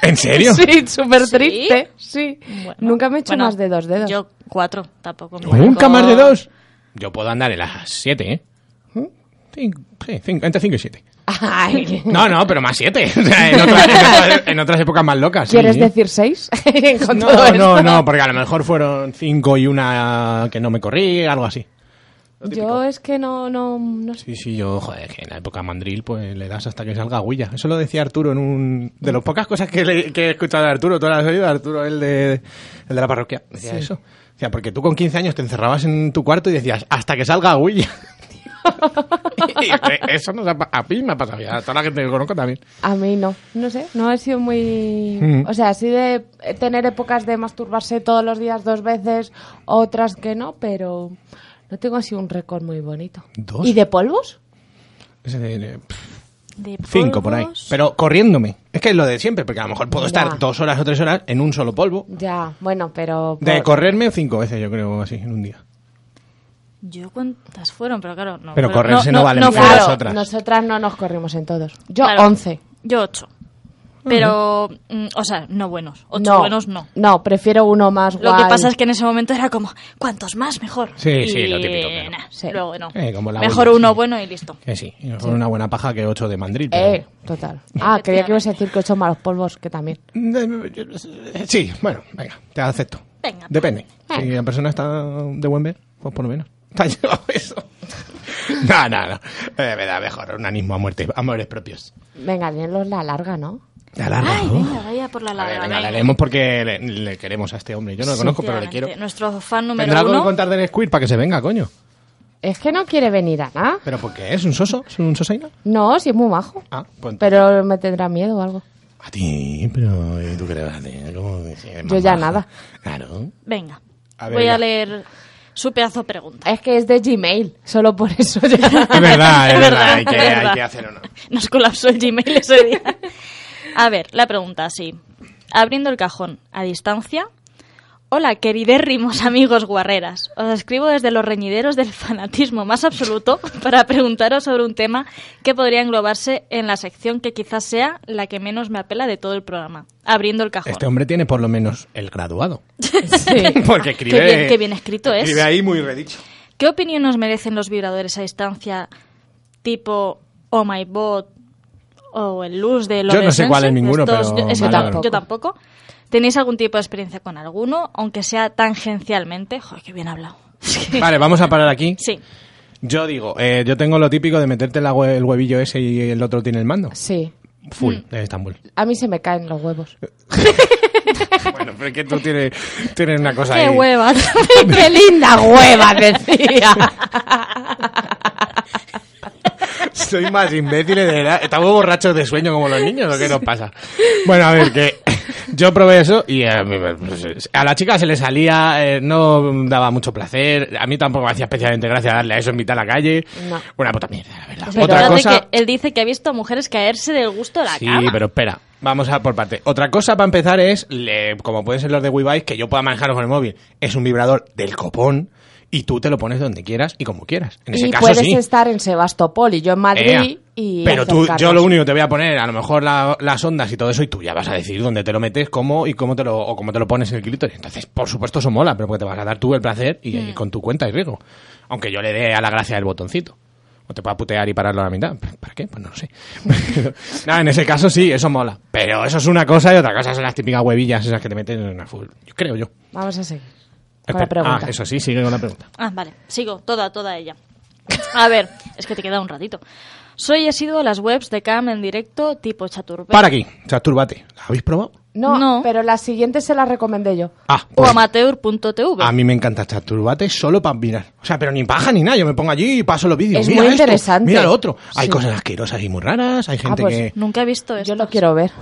[SPEAKER 6] ¿En serio?
[SPEAKER 3] Sí, súper
[SPEAKER 7] ¿Sí?
[SPEAKER 3] triste. Sí. Nunca me he hecho
[SPEAKER 7] Bueno,
[SPEAKER 3] más de dos dedos.
[SPEAKER 7] Yo cuatro, tampoco. me parezco-
[SPEAKER 6] ¿Nunca más de dos? Yo puedo andar en las siete, ¿eh? Cinco- sí, cinco- entre 5 y 7.
[SPEAKER 3] Ay.
[SPEAKER 6] No, no, pero más 7. en, otras, en otras- en otras épocas más locas. sí.
[SPEAKER 3] ¿Quieres decir seis? Con todo
[SPEAKER 6] No,
[SPEAKER 3] esto.
[SPEAKER 6] no, no, porque a lo mejor fueron 5 y una que no me corrí, algo así.
[SPEAKER 3] Yo es que no, no, no sé.
[SPEAKER 6] Sí, sí, yo, joder, que en la época mandril, pues le das hasta que salga huella. Eso lo decía Arturo en un. De las pocas cosas que, le- que he escuchado de Arturo, todas las has oído, Arturo, el de, el de la parroquia. Decía eso. O sea, porque tú con 15 años te encerrabas en tu cuarto y decías, hasta que salga huella. Y que eso nos ha, pa- a mí me ha pasado ya, a toda la gente que conozco también.
[SPEAKER 3] A mí no, no sé, no he sido muy...
[SPEAKER 6] Mm.
[SPEAKER 3] O sea, así de eh, tener épocas de masturbarse todos los días dos veces, otras que no, pero no tengo así un récord muy bonito.
[SPEAKER 6] ¿Dos?
[SPEAKER 3] ¿Y de polvos?
[SPEAKER 6] Es decir, eh, pff,
[SPEAKER 7] De
[SPEAKER 6] Cinco por ahí.
[SPEAKER 7] polvos.
[SPEAKER 6] Pero corriéndome. Es que es lo de siempre, porque a lo mejor puedo
[SPEAKER 3] Ya.
[SPEAKER 6] estar dos horas o tres horas en un solo polvo.
[SPEAKER 3] Ya, bueno, pero...
[SPEAKER 6] De
[SPEAKER 3] por-
[SPEAKER 6] correrme cinco veces, yo creo, así, en un día.
[SPEAKER 7] Yo cuántas fueron, pero claro, no.
[SPEAKER 6] Pero correrse no vale
[SPEAKER 7] No,
[SPEAKER 6] ni
[SPEAKER 7] fueron.
[SPEAKER 6] para
[SPEAKER 3] Claro,
[SPEAKER 6] nosotras.
[SPEAKER 3] nosotras no nos corrimos en todos. Yo
[SPEAKER 7] Claro.
[SPEAKER 3] 11.
[SPEAKER 7] Yo ocho. Pero, mm, o sea, no buenos. Ocho
[SPEAKER 3] no,
[SPEAKER 7] buenos no.
[SPEAKER 3] No, prefiero uno más
[SPEAKER 7] Lo
[SPEAKER 3] guay.
[SPEAKER 7] que pasa es que en ese momento era como, cuantos más mejor.
[SPEAKER 6] Sí,
[SPEAKER 7] Y,
[SPEAKER 6] sí, lo típico, claro.
[SPEAKER 7] nah,
[SPEAKER 3] Sí.
[SPEAKER 7] Luego no.
[SPEAKER 6] Eh, como la
[SPEAKER 7] mejor
[SPEAKER 6] abuela,
[SPEAKER 7] uno
[SPEAKER 6] sí.
[SPEAKER 7] bueno y listo.
[SPEAKER 6] Que Eh, sí, y mejor una buena paja que ocho de mandril. pero-
[SPEAKER 3] Eh, total. Ah, creía que ibas a decir que he hecho malos polvos, que también.
[SPEAKER 6] Eh, Sí, bueno, venga, te acepto.
[SPEAKER 7] Venga,
[SPEAKER 6] pues Depende. Si la persona está de buen ver, pues por lo menos. Está llevado eso. No, no, no. Eh, me da mejor un anismo a muerte, amores propios.
[SPEAKER 3] Venga, léenos la larga, ¿no?
[SPEAKER 6] La larga,
[SPEAKER 7] Ay,
[SPEAKER 6] ¿no?
[SPEAKER 7] venga, vaya por la
[SPEAKER 6] A ver,
[SPEAKER 7] larga.
[SPEAKER 6] venga,
[SPEAKER 7] venga.
[SPEAKER 6] la leemos porque le, le queremos a este hombre. Yo no lo conozco, pero le quiero.
[SPEAKER 7] Efectivamente. Nuestro fan número
[SPEAKER 6] Tendrá algo
[SPEAKER 7] uno.
[SPEAKER 6] que contar del Squid para que se venga, coño.
[SPEAKER 3] Es que no quiere venir a nada.
[SPEAKER 6] ¿Pero por qué? ¿Es un soso? ¿Es un sosaina?
[SPEAKER 3] No, si es muy majo.
[SPEAKER 6] Ah, pues
[SPEAKER 3] Pero me tendrá miedo o algo.
[SPEAKER 6] A ti, pero ¿y ¿tú qué le vas a hacer? ¿Cómo que si eres
[SPEAKER 3] Yo
[SPEAKER 6] más
[SPEAKER 3] ya
[SPEAKER 6] maja?
[SPEAKER 3] nada.
[SPEAKER 6] Claro.
[SPEAKER 7] Venga.
[SPEAKER 6] A ver,
[SPEAKER 7] Voy
[SPEAKER 6] venga.
[SPEAKER 7] a leer su pedazo de pregunta.
[SPEAKER 3] Es que es de Gmail, solo por eso ya.
[SPEAKER 6] Es verdad, es verdad, hay
[SPEAKER 7] es
[SPEAKER 6] que, hay
[SPEAKER 7] verdad.
[SPEAKER 6] que hacer uno.
[SPEAKER 7] Nos colapsó el Gmail ese día. A ver, la pregunta sí. Abriendo el cajón a distancia. Hola, queridérrimos amigos guerreras. Os escribo desde los reñideros del fanatismo más absoluto para preguntaros sobre un tema que podría englobarse en la sección que quizás sea la que menos me apela de todo el programa. Abriendo el cajón.
[SPEAKER 6] Este hombre tiene por lo menos el graduado.
[SPEAKER 3] Sí.
[SPEAKER 6] Porque escribe.
[SPEAKER 7] Qué bien- qué bien escrito es.
[SPEAKER 6] Escribe ahí muy redicho.
[SPEAKER 7] ¿Qué opinión nos merecen los vibradores a distancia tipo Oh My Bot o el Luz de Love
[SPEAKER 6] no sé cuál es ninguno, pero
[SPEAKER 7] yo, es que
[SPEAKER 3] vale,
[SPEAKER 7] tam-
[SPEAKER 3] vale.
[SPEAKER 7] yo tampoco. ¿Tenéis algún tipo de experiencia con alguno, aunque sea tangencialmente? Joder, qué bien hablado. Es que-
[SPEAKER 6] Vale, Pues vamos a parar aquí.
[SPEAKER 7] Sí,
[SPEAKER 6] Yo digo, eh, yo tengo lo típico de meterte la hue- el huevillo ese y el otro tiene el mando.
[SPEAKER 3] Sí.
[SPEAKER 6] Full,
[SPEAKER 7] Mm.
[SPEAKER 6] de Estambul.
[SPEAKER 3] A mí se me caen los huevos.
[SPEAKER 6] bueno, pero es que tú tienes, tienes una cosa
[SPEAKER 7] qué
[SPEAKER 6] ahí.
[SPEAKER 7] huevas.
[SPEAKER 3] ¡Qué linda hueva! Decía.
[SPEAKER 6] Soy más imbécil de verdad. Estamos borrachos de sueño como los niños, ¿o qué nos pasa? Bueno, a ver, que yo probé eso y a, mí me- pues, a la chica se le salía, eh, no daba mucho placer. A mí tampoco me hacía especialmente gracia darle a eso en mitad de la calle.
[SPEAKER 3] No.
[SPEAKER 6] Una puta mierda, la verdad.
[SPEAKER 7] Pero
[SPEAKER 6] Otra
[SPEAKER 7] fíjate
[SPEAKER 6] cosa.
[SPEAKER 7] que él dice que ha visto a mujeres caerse del gusto de la
[SPEAKER 6] Sí,
[SPEAKER 7] cama.
[SPEAKER 6] pero espera. Vamos a por parte. Otra cosa para empezar es, le- como pueden ser los de Wi-Fi, que yo pueda manejarlo con el móvil. Es un vibrador del copón y tú te lo pones donde quieras y como quieras. En ese
[SPEAKER 3] Y
[SPEAKER 6] caso
[SPEAKER 3] puedes
[SPEAKER 6] sí.
[SPEAKER 3] estar en Sebastopol y yo en Madrid.
[SPEAKER 6] Ea.
[SPEAKER 3] y
[SPEAKER 6] pero tú, yo
[SPEAKER 3] acercarnos.
[SPEAKER 6] lo único que te voy a poner, a lo mejor la- las ondas y todo eso, y tú ya vas a decir dónde te lo metes, cómo y cómo te lo, o cómo te lo pones en el clítoris. Entonces, por supuesto, eso mola, pero porque te vas a dar tú el placer y,
[SPEAKER 3] Mm.
[SPEAKER 6] y con tu cuenta y riesgo. Aunque yo le dé a la gracia el botoncito. O te pueda putear y pararlo a la mitad. ¿Para qué? Pues no lo sé. Nada, en ese caso sí, eso mola. Pero eso es una cosa y otra cosa son las típicas huevillas esas que te meten en la full. Yo creo yo.
[SPEAKER 3] Vamos a seguir. Con
[SPEAKER 6] Espera,
[SPEAKER 3] la pregunta.
[SPEAKER 6] Ah, eso sí, sigue con la pregunta.
[SPEAKER 7] Ah, vale. Sigo, toda, toda ella. A ver, es que te queda un ratito. Soy he sido a las webs de cam en directo tipo chaturbe.
[SPEAKER 6] Para aquí, Chastúrbate. ¿La habéis probado?
[SPEAKER 3] No,
[SPEAKER 7] No.
[SPEAKER 3] pero la siguiente se la recomendé yo.
[SPEAKER 6] Ah,
[SPEAKER 7] o
[SPEAKER 6] pues-
[SPEAKER 7] amateur.tv.
[SPEAKER 6] A mí me encanta Chaturbate solo para mirar. O sea, pero ni paja ni nada. Yo me pongo allí y paso los vídeos.
[SPEAKER 3] Es
[SPEAKER 6] mira
[SPEAKER 3] muy
[SPEAKER 6] esto,
[SPEAKER 3] interesante.
[SPEAKER 6] Mira lo otro. Hay
[SPEAKER 3] Sí.
[SPEAKER 6] cosas asquerosas y muy raras. Hay gente
[SPEAKER 3] pues,
[SPEAKER 6] que.
[SPEAKER 7] Nunca he visto esto.
[SPEAKER 3] Yo lo quiero ver.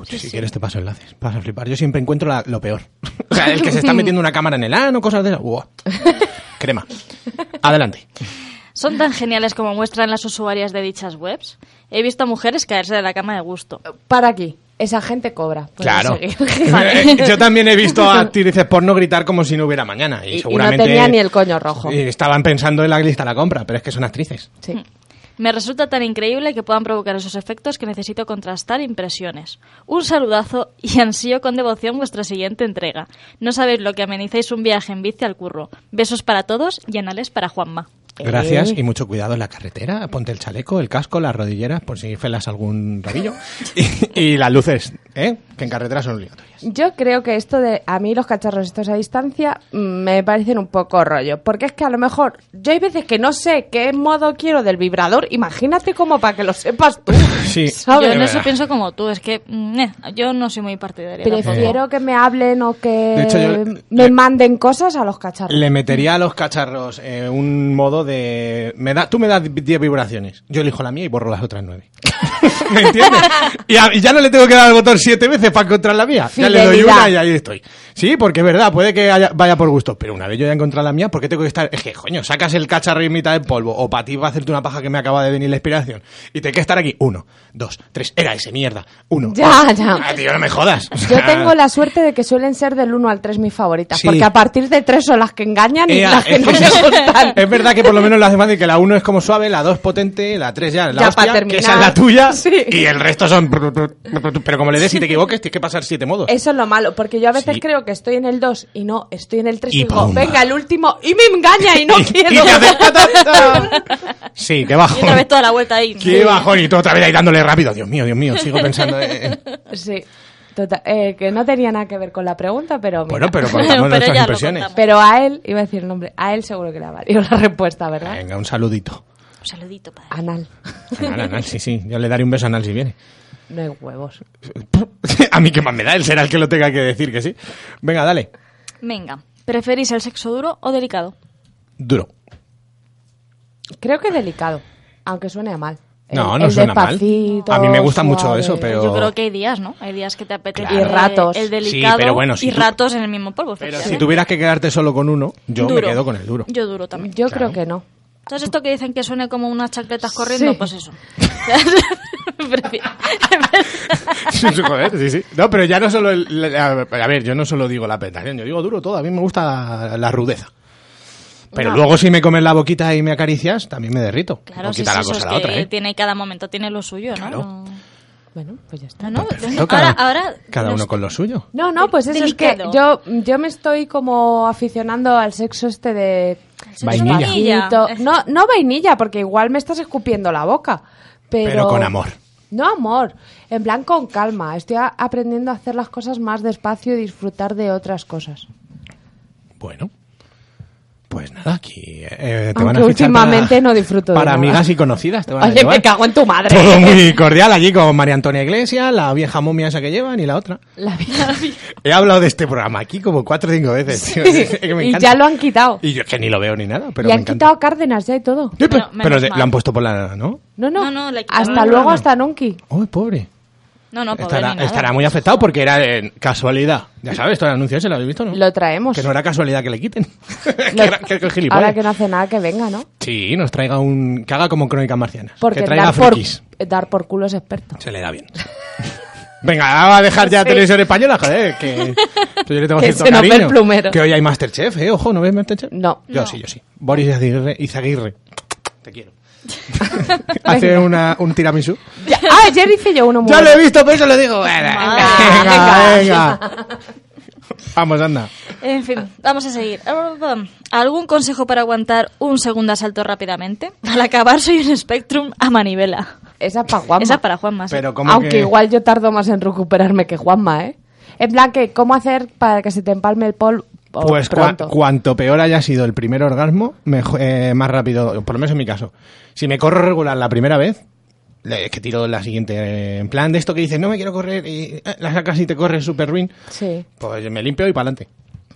[SPEAKER 6] Uf, si quieres te paso enlaces. Vas a flipar. Yo siempre encuentro la- lo peor. O sea, el que se está metiendo una cámara en el ano, cosas de esas. Buah. Crema. Adelante.
[SPEAKER 7] ¿Son tan geniales como muestran las usuarias de dichas webs? He visto a mujeres caerse de la cama de gusto.
[SPEAKER 3] Para aquí. Esa gente cobra. Puedes
[SPEAKER 6] claro.
[SPEAKER 3] seguir.
[SPEAKER 6] Yo también he visto a actrices porno gritar como si no hubiera mañana.
[SPEAKER 3] Y- y
[SPEAKER 6] Y,
[SPEAKER 3] no
[SPEAKER 6] seguramente.
[SPEAKER 3] tenía ni el coño rojo.
[SPEAKER 6] Y Estaban pensando en la lista de la compra, pero es que son actrices.
[SPEAKER 3] Sí.
[SPEAKER 7] Me resulta tan increíble que puedan provocar esos efectos que necesito contrastar impresiones. Un saludazo y ansío con devoción vuestra siguiente entrega. No sabéis lo que amenizáis un viaje en bici al curro. Besos para todos y anales para Juanma.
[SPEAKER 6] Gracias
[SPEAKER 3] Eh.
[SPEAKER 6] y mucho cuidado en la carretera. Ponte el chaleco, el casco, las rodilleras por si felas algún rabillo. y, y las luces, ¿eh? que en carretera son obligatorias.
[SPEAKER 3] Yo creo que esto de a mí los cacharros estos a distancia mm, me parecen un poco rollo, porque es que a lo mejor yo hay veces que no sé qué modo quiero del vibrador, imagínate como para que lo sepas tú.
[SPEAKER 6] Sí.
[SPEAKER 3] ¿sabes?
[SPEAKER 7] Yo en
[SPEAKER 6] de
[SPEAKER 7] eso
[SPEAKER 6] verdad.
[SPEAKER 7] pienso como tú, es que mm, eh, yo no soy muy partidaria. tampoco.
[SPEAKER 3] Prefiero que me hablen o que
[SPEAKER 6] hecho, yo-
[SPEAKER 3] me
[SPEAKER 6] le-
[SPEAKER 3] manden cosas a los cacharros.
[SPEAKER 6] Le metería a los cacharros eh, un modo de... Me da, tú me das 10 vibraciones, yo elijo la mía y borro las otras 9. ¿Me entiendes? Y, a- y ya no le tengo que dar al botón 7 veces para encontrar la mía. Ya le doy
[SPEAKER 3] Fidelidad.
[SPEAKER 6] una y ahí estoy. Sí, porque es verdad, puede que haya- vaya por gusto, pero una vez yo ya encontré la mía, ¿por qué tengo que estar...? Es que, coño, sacas el cacharro y mitad de polvo, o para ti va a hacerte una paja que me acaba de venir la inspiración, y te que estar aquí. Uno, dos, tres, era ese, mierda. Uno.
[SPEAKER 3] Ya,
[SPEAKER 6] dos.
[SPEAKER 3] ya.
[SPEAKER 6] Ah, tío, no me jodas. O
[SPEAKER 3] Yo
[SPEAKER 6] sea,
[SPEAKER 3] tengo la suerte de que suelen ser del 1 al 3 mis favoritas,
[SPEAKER 6] Sí.
[SPEAKER 3] porque a partir de 3 son las que engañan y
[SPEAKER 6] Ea,
[SPEAKER 3] las
[SPEAKER 6] Eh,
[SPEAKER 3] que
[SPEAKER 6] ah, es
[SPEAKER 3] no
[SPEAKER 6] que
[SPEAKER 3] me
[SPEAKER 6] es-
[SPEAKER 3] gustan.
[SPEAKER 6] Es verdad que por lo menos las demás de que la 1 es como suave, la 2 potente, la 3 ya, la
[SPEAKER 3] Ya,
[SPEAKER 6] hostia,
[SPEAKER 3] pa'
[SPEAKER 6] que
[SPEAKER 3] terminar.
[SPEAKER 6] esa es la tuya,
[SPEAKER 3] Sí.
[SPEAKER 6] y el resto son... Pero como le des y te equivoques, tienes que pasar siete modos.
[SPEAKER 3] Eso es lo malo, porque yo a veces
[SPEAKER 6] Sí.
[SPEAKER 3] creo que estoy en el 2 y no, estoy en el 3 y,
[SPEAKER 6] Y
[SPEAKER 3] digo,
[SPEAKER 6] pum.
[SPEAKER 3] venga, el último, y me engaña y no
[SPEAKER 6] Y-
[SPEAKER 3] quiero.
[SPEAKER 6] y te haces patata. Sí, qué
[SPEAKER 7] Y
[SPEAKER 6] bajón.
[SPEAKER 7] otra vez toda la vuelta ahí.
[SPEAKER 6] Qué bajón, y tú otra vez ahí dándole rápido. Dios mío, Dios mío, sigo pensando en...
[SPEAKER 3] Sí, total, eh, que no tenía nada que ver con la pregunta, pero mira.
[SPEAKER 6] Bueno, pero contamos
[SPEAKER 7] Pero
[SPEAKER 6] nuestras
[SPEAKER 7] ya lo
[SPEAKER 6] impresiones.
[SPEAKER 7] contamos.
[SPEAKER 3] Pero a él, iba a decir el nombre, a él seguro que le ha valido la respuesta, ¿verdad?
[SPEAKER 6] Venga, un saludito.
[SPEAKER 7] Un saludito para él.
[SPEAKER 3] Anal.
[SPEAKER 6] Anal, anal, sí, sí. Yo le daré un beso a Anal si viene.
[SPEAKER 3] No hay huevos.
[SPEAKER 6] a mí qué más me da, él será el que lo tenga que decir que sí. Venga, dale.
[SPEAKER 7] Venga, ¿preferís el sexo duro o delicado?
[SPEAKER 6] Duro.
[SPEAKER 3] Creo que delicado, aunque suene a mal. El-
[SPEAKER 6] No, no
[SPEAKER 3] el
[SPEAKER 6] suena mal.
[SPEAKER 3] despacito,
[SPEAKER 6] A mí me gusta mucho
[SPEAKER 3] suave.
[SPEAKER 6] eso, pero-
[SPEAKER 7] Yo creo que hay días, ¿no? Hay días que te apetece
[SPEAKER 6] Claro.
[SPEAKER 3] Y ratos.
[SPEAKER 7] el
[SPEAKER 6] Sí,
[SPEAKER 7] delicado
[SPEAKER 6] pero bueno, si
[SPEAKER 7] y
[SPEAKER 6] tú-
[SPEAKER 7] ratos en el mismo polvo.
[SPEAKER 6] Pero si
[SPEAKER 7] efectivamente.
[SPEAKER 6] tuvieras que quedarte solo con uno, yo
[SPEAKER 7] Duro.
[SPEAKER 6] me quedo con el duro.
[SPEAKER 7] Yo duro también.
[SPEAKER 3] Yo
[SPEAKER 6] Claro.
[SPEAKER 3] creo que no.
[SPEAKER 7] Entonces esto que dicen que suene como unas chancletas corriendo,
[SPEAKER 3] Sí.
[SPEAKER 7] pues eso. Prefiero-
[SPEAKER 6] Sí, sí, joder, sí, sí. No, pero ya no solo el- la- la- a ver, yo no solo digo la penetración, yo digo duro todo, a mí me gusta la, la rudeza. Pero luego si me comes la boquita y me acaricias, también me derrito.
[SPEAKER 7] claro,
[SPEAKER 6] no
[SPEAKER 7] sí,
[SPEAKER 6] quita
[SPEAKER 7] sí,
[SPEAKER 6] la
[SPEAKER 7] eso
[SPEAKER 6] cosa
[SPEAKER 7] es
[SPEAKER 6] a la
[SPEAKER 7] que
[SPEAKER 6] otra, ¿eh?
[SPEAKER 7] tiene cada momento tiene lo suyo, ¿no?
[SPEAKER 6] Claro.
[SPEAKER 7] No,
[SPEAKER 3] Bueno, pues ya está.
[SPEAKER 7] no, no,
[SPEAKER 6] Perfecto,
[SPEAKER 7] ahora,
[SPEAKER 6] cada-
[SPEAKER 7] ahora
[SPEAKER 6] cada
[SPEAKER 7] nos-
[SPEAKER 6] uno con lo suyo.
[SPEAKER 3] No, no, pues eso
[SPEAKER 7] Delicado.
[SPEAKER 3] es que yo, yo me estoy como aficionando al sexo este de...
[SPEAKER 6] sexo Vainilla.
[SPEAKER 3] despacito. No, no vainilla, porque igual me estás escupiendo la boca. Pero,
[SPEAKER 6] Pero con amor.
[SPEAKER 3] No amor, en plan con calma. Estoy a- aprendiendo a hacer las cosas más despacio y disfrutar de otras cosas.
[SPEAKER 6] Bueno. Pues nada, aquí eh, te
[SPEAKER 3] Aunque
[SPEAKER 6] van a fichar
[SPEAKER 3] últimamente
[SPEAKER 6] para,
[SPEAKER 3] no disfruto de
[SPEAKER 6] Para
[SPEAKER 3] nada.
[SPEAKER 6] amigas y conocidas te van a
[SPEAKER 3] Oye,
[SPEAKER 6] llevar.
[SPEAKER 3] me cago en tu madre.
[SPEAKER 6] Todo muy cordial allí con María Antonia Iglesias, la vieja momia esa que llevan y la otra.
[SPEAKER 3] La vida.
[SPEAKER 6] He hablado de este programa aquí como cuatro o cinco veces. tío. Es que me
[SPEAKER 3] y
[SPEAKER 6] encanta.
[SPEAKER 3] ya lo han quitado.
[SPEAKER 6] Y yo que ni lo veo ni nada, pero
[SPEAKER 3] y
[SPEAKER 6] me
[SPEAKER 3] han
[SPEAKER 6] encanta.
[SPEAKER 3] quitado Cárdenas ya y todo.
[SPEAKER 6] Sí, pero
[SPEAKER 7] Bueno, menos
[SPEAKER 6] pero de-
[SPEAKER 7] mal.
[SPEAKER 6] lo han puesto por la... ¿no?
[SPEAKER 3] No, no.
[SPEAKER 7] No, no, le quitaron.
[SPEAKER 3] hasta
[SPEAKER 7] No,
[SPEAKER 3] luego,
[SPEAKER 7] no, no.
[SPEAKER 3] hasta Nunki.
[SPEAKER 6] ¡Uy, pobre!
[SPEAKER 7] No, pues no, pobre,
[SPEAKER 6] estará,
[SPEAKER 7] ni nada.
[SPEAKER 6] estará muy afectado porque era eh, casualidad. Ya sabes, todo el anuncio ese lo habéis visto, ¿no?
[SPEAKER 3] Lo traemos.
[SPEAKER 6] Que no era casualidad que le quiten. que
[SPEAKER 3] Lo-
[SPEAKER 6] era, que era gilipollas.
[SPEAKER 3] Ahora que no hace nada que venga, ¿no?
[SPEAKER 6] Sí, nos traiga un... Que haga como Crónicas Marcianas.
[SPEAKER 3] Porque
[SPEAKER 6] que traiga
[SPEAKER 3] dar, por, eh,
[SPEAKER 6] frikis.
[SPEAKER 3] dar por culo es experto.
[SPEAKER 6] Se le da bien. Venga, va a dejar ya Televisión Española, joder, que yo le tengo
[SPEAKER 3] Que
[SPEAKER 6] cierto
[SPEAKER 3] se nos ve el
[SPEAKER 6] cariño.
[SPEAKER 3] plumero.
[SPEAKER 6] Que hoy hay Masterchef, ¿eh? Ojo, ¿no ves Masterchef?
[SPEAKER 3] No.
[SPEAKER 6] Yo
[SPEAKER 7] No.
[SPEAKER 6] sí, yo sí. Boris Aguirre, Izaguirre. Te quiero. Hace una, un tiramisú.
[SPEAKER 3] Ya- ah, ayer hice yo uno muy
[SPEAKER 6] Ya lo
[SPEAKER 3] bueno.
[SPEAKER 6] he visto, por eso lo digo. Venga, venga. Vamos, anda.
[SPEAKER 7] En fin, vamos a seguir. ¿Algún consejo para aguantar un segundo asalto rápidamente? Al acabar soy un Spectrum a manivela.
[SPEAKER 3] Esa es para Juanma.
[SPEAKER 7] Esa para Juanma. ¿eh? sí.
[SPEAKER 6] Pero como
[SPEAKER 3] Aunque
[SPEAKER 6] que...
[SPEAKER 3] igual yo tardo más en recuperarme que Juanma, ¿eh? En plan, que ¿cómo hacer para que se te empalme el polvo
[SPEAKER 6] Pues cua-
[SPEAKER 3] pronto?
[SPEAKER 6] cuanto peor haya sido el primer orgasmo, mejo- eh, más rápido, por lo menos en mi caso. Si me corro regular la primera vez, le- es que tiro la siguiente. eh, En plan de esto que dices, no me quiero correr, y eh, la sacas y te corres super ruin,
[SPEAKER 3] Sí.
[SPEAKER 6] pues me limpio y para adelante.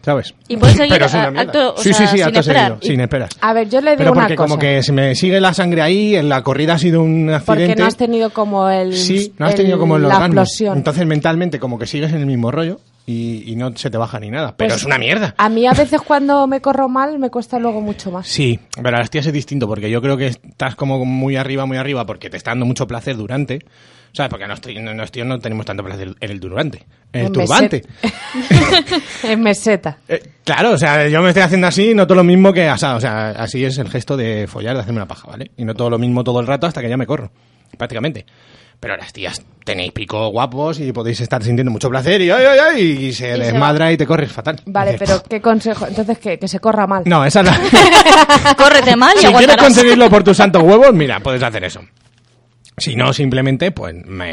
[SPEAKER 6] ¿Sabes?
[SPEAKER 7] Y puedes seguir
[SPEAKER 6] Pero es
[SPEAKER 3] eh,
[SPEAKER 6] una
[SPEAKER 7] a-
[SPEAKER 6] mierda.
[SPEAKER 7] acto- o
[SPEAKER 6] sí,
[SPEAKER 7] sea,
[SPEAKER 6] sí, sí,
[SPEAKER 7] sin
[SPEAKER 6] acto
[SPEAKER 7] esperar.
[SPEAKER 6] seguido, sin esperas.
[SPEAKER 3] A ver, yo le digo
[SPEAKER 6] Pero porque
[SPEAKER 3] una cosa.
[SPEAKER 6] como que se me sigue la sangre ahí, en la corrida ha sido un accidente.
[SPEAKER 3] Porque no has tenido como el...
[SPEAKER 6] Sí, no has tenido
[SPEAKER 3] el-
[SPEAKER 6] como el
[SPEAKER 3] La
[SPEAKER 6] orgasmo.
[SPEAKER 3] explosión.
[SPEAKER 6] Entonces mentalmente como que sigues en el mismo rollo y, y no se te baja ni nada. Pero
[SPEAKER 3] Pues-
[SPEAKER 6] es una mierda.
[SPEAKER 3] A mí a veces cuando me corro mal me cuesta luego mucho más.
[SPEAKER 6] Sí, pero a las tías es distinto porque yo creo que estás como muy arriba, muy arriba porque te está dando mucho placer durante. ¿Sabes? Porque los tíos, los tíos no tenemos tanto placer en el durante. En el
[SPEAKER 3] En
[SPEAKER 6] turbante.
[SPEAKER 3] En meseta.
[SPEAKER 6] Eh, claro, o sea, yo me estoy haciendo así y no todo lo mismo que asado. O sea, así es el gesto de follar, de hacerme una paja, ¿vale? Y no todo lo mismo todo el rato hasta que ya me corro, prácticamente. Pero las tías tenéis pico guapos y podéis estar sintiendo mucho placer y, ¡ay, ay, ay! y se
[SPEAKER 7] se
[SPEAKER 6] desmadra y te corres fatal.
[SPEAKER 3] Vale,
[SPEAKER 6] Dices,
[SPEAKER 3] pero ¿qué consejo? Entonces, ¿qué? Que se corra mal.
[SPEAKER 6] No, esa es la...
[SPEAKER 7] Córrete mal y
[SPEAKER 6] si quieres
[SPEAKER 7] aguantarás.
[SPEAKER 6] conseguirlo por tus santos huevos, mira, puedes hacer eso. Si no, simplemente, pues me...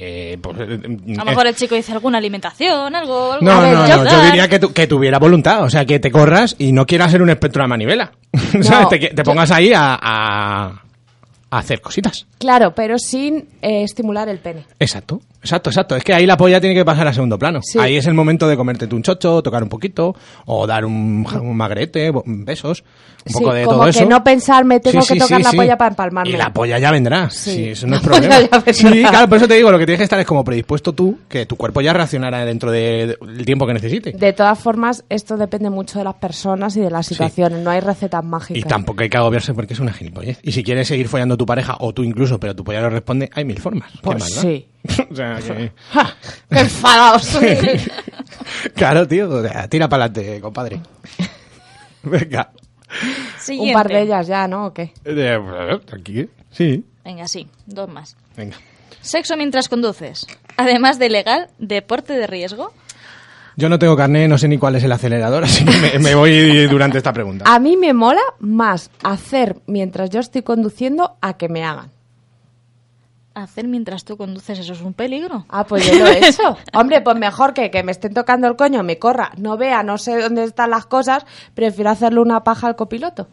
[SPEAKER 6] eh, pues, eh,
[SPEAKER 7] A lo
[SPEAKER 6] eh,
[SPEAKER 7] mejor el chico dice alguna alimentación, algo. algo
[SPEAKER 6] No,
[SPEAKER 7] para
[SPEAKER 6] no, no,
[SPEAKER 7] ayudar.
[SPEAKER 6] yo diría que, tu- que tuviera voluntad, o sea, que te corras y no quieras ser un espectro de manivela. ¿Sabes? Te, que- te pongas ahí a, a- a hacer cositas.
[SPEAKER 3] Claro, pero sin eh, estimular el pene.
[SPEAKER 6] Exacto, exacto, exacto. Es que ahí la polla tiene que pasar a segundo plano.
[SPEAKER 3] Sí.
[SPEAKER 6] Ahí es el momento de comerte un chocho, tocar un poquito, o dar un, ja- un magrete, bo- besos, un
[SPEAKER 3] Sí,
[SPEAKER 6] poco de
[SPEAKER 3] como
[SPEAKER 6] todo
[SPEAKER 3] que
[SPEAKER 6] eso.
[SPEAKER 3] no pensar, me tengo que tocar la polla para empalmarme.
[SPEAKER 6] empalmarlo. Y la polla ya vendrá, sí, eso no es
[SPEAKER 3] la polla
[SPEAKER 6] problema.
[SPEAKER 3] ya vendrá.
[SPEAKER 6] Sí, claro, por eso te digo, lo que tienes que estar es como predispuesto tú, que tu cuerpo ya reaccionará dentro de- del tiempo que necesite.
[SPEAKER 3] De todas formas, esto depende mucho de las personas y de las situaciones. No hay recetas
[SPEAKER 6] Y
[SPEAKER 3] mágicas.
[SPEAKER 6] tampoco hay que agobiarse porque es una gilipollez. Y si quieres seguir follando a tu pareja, o tú incluso, pero tu polla no responde, hay mil formas. ¿Qué
[SPEAKER 3] Pues
[SPEAKER 6] más da?
[SPEAKER 3] sí.
[SPEAKER 6] o sea, que-
[SPEAKER 3] ¡Qué enfadados!
[SPEAKER 6] Claro, tío. o sea, tira para adelante, compadre. Venga.
[SPEAKER 7] Siguiente.
[SPEAKER 3] Un par de ellas ya, ¿no? ¿O qué?
[SPEAKER 6] Eh, bueno, Aquí. Sí.
[SPEAKER 7] Venga, sí, dos más.
[SPEAKER 6] Venga.
[SPEAKER 7] Sexo mientras conduces. Además de legal, deporte de riesgo.
[SPEAKER 6] Yo no tengo carné, no sé ni cuál es el acelerador, así que me, me voy durante esta pregunta.
[SPEAKER 3] A mí me mola más hacer mientras yo estoy conduciendo a que me hagan.
[SPEAKER 7] Hacer mientras tú conduces, eso es un peligro.
[SPEAKER 3] Ah, pues yo lo he hecho. Hombre, pues mejor que, que me estén tocando el coño, me corra, no vea, no sé dónde están las cosas, prefiero hacerle una paja al copiloto.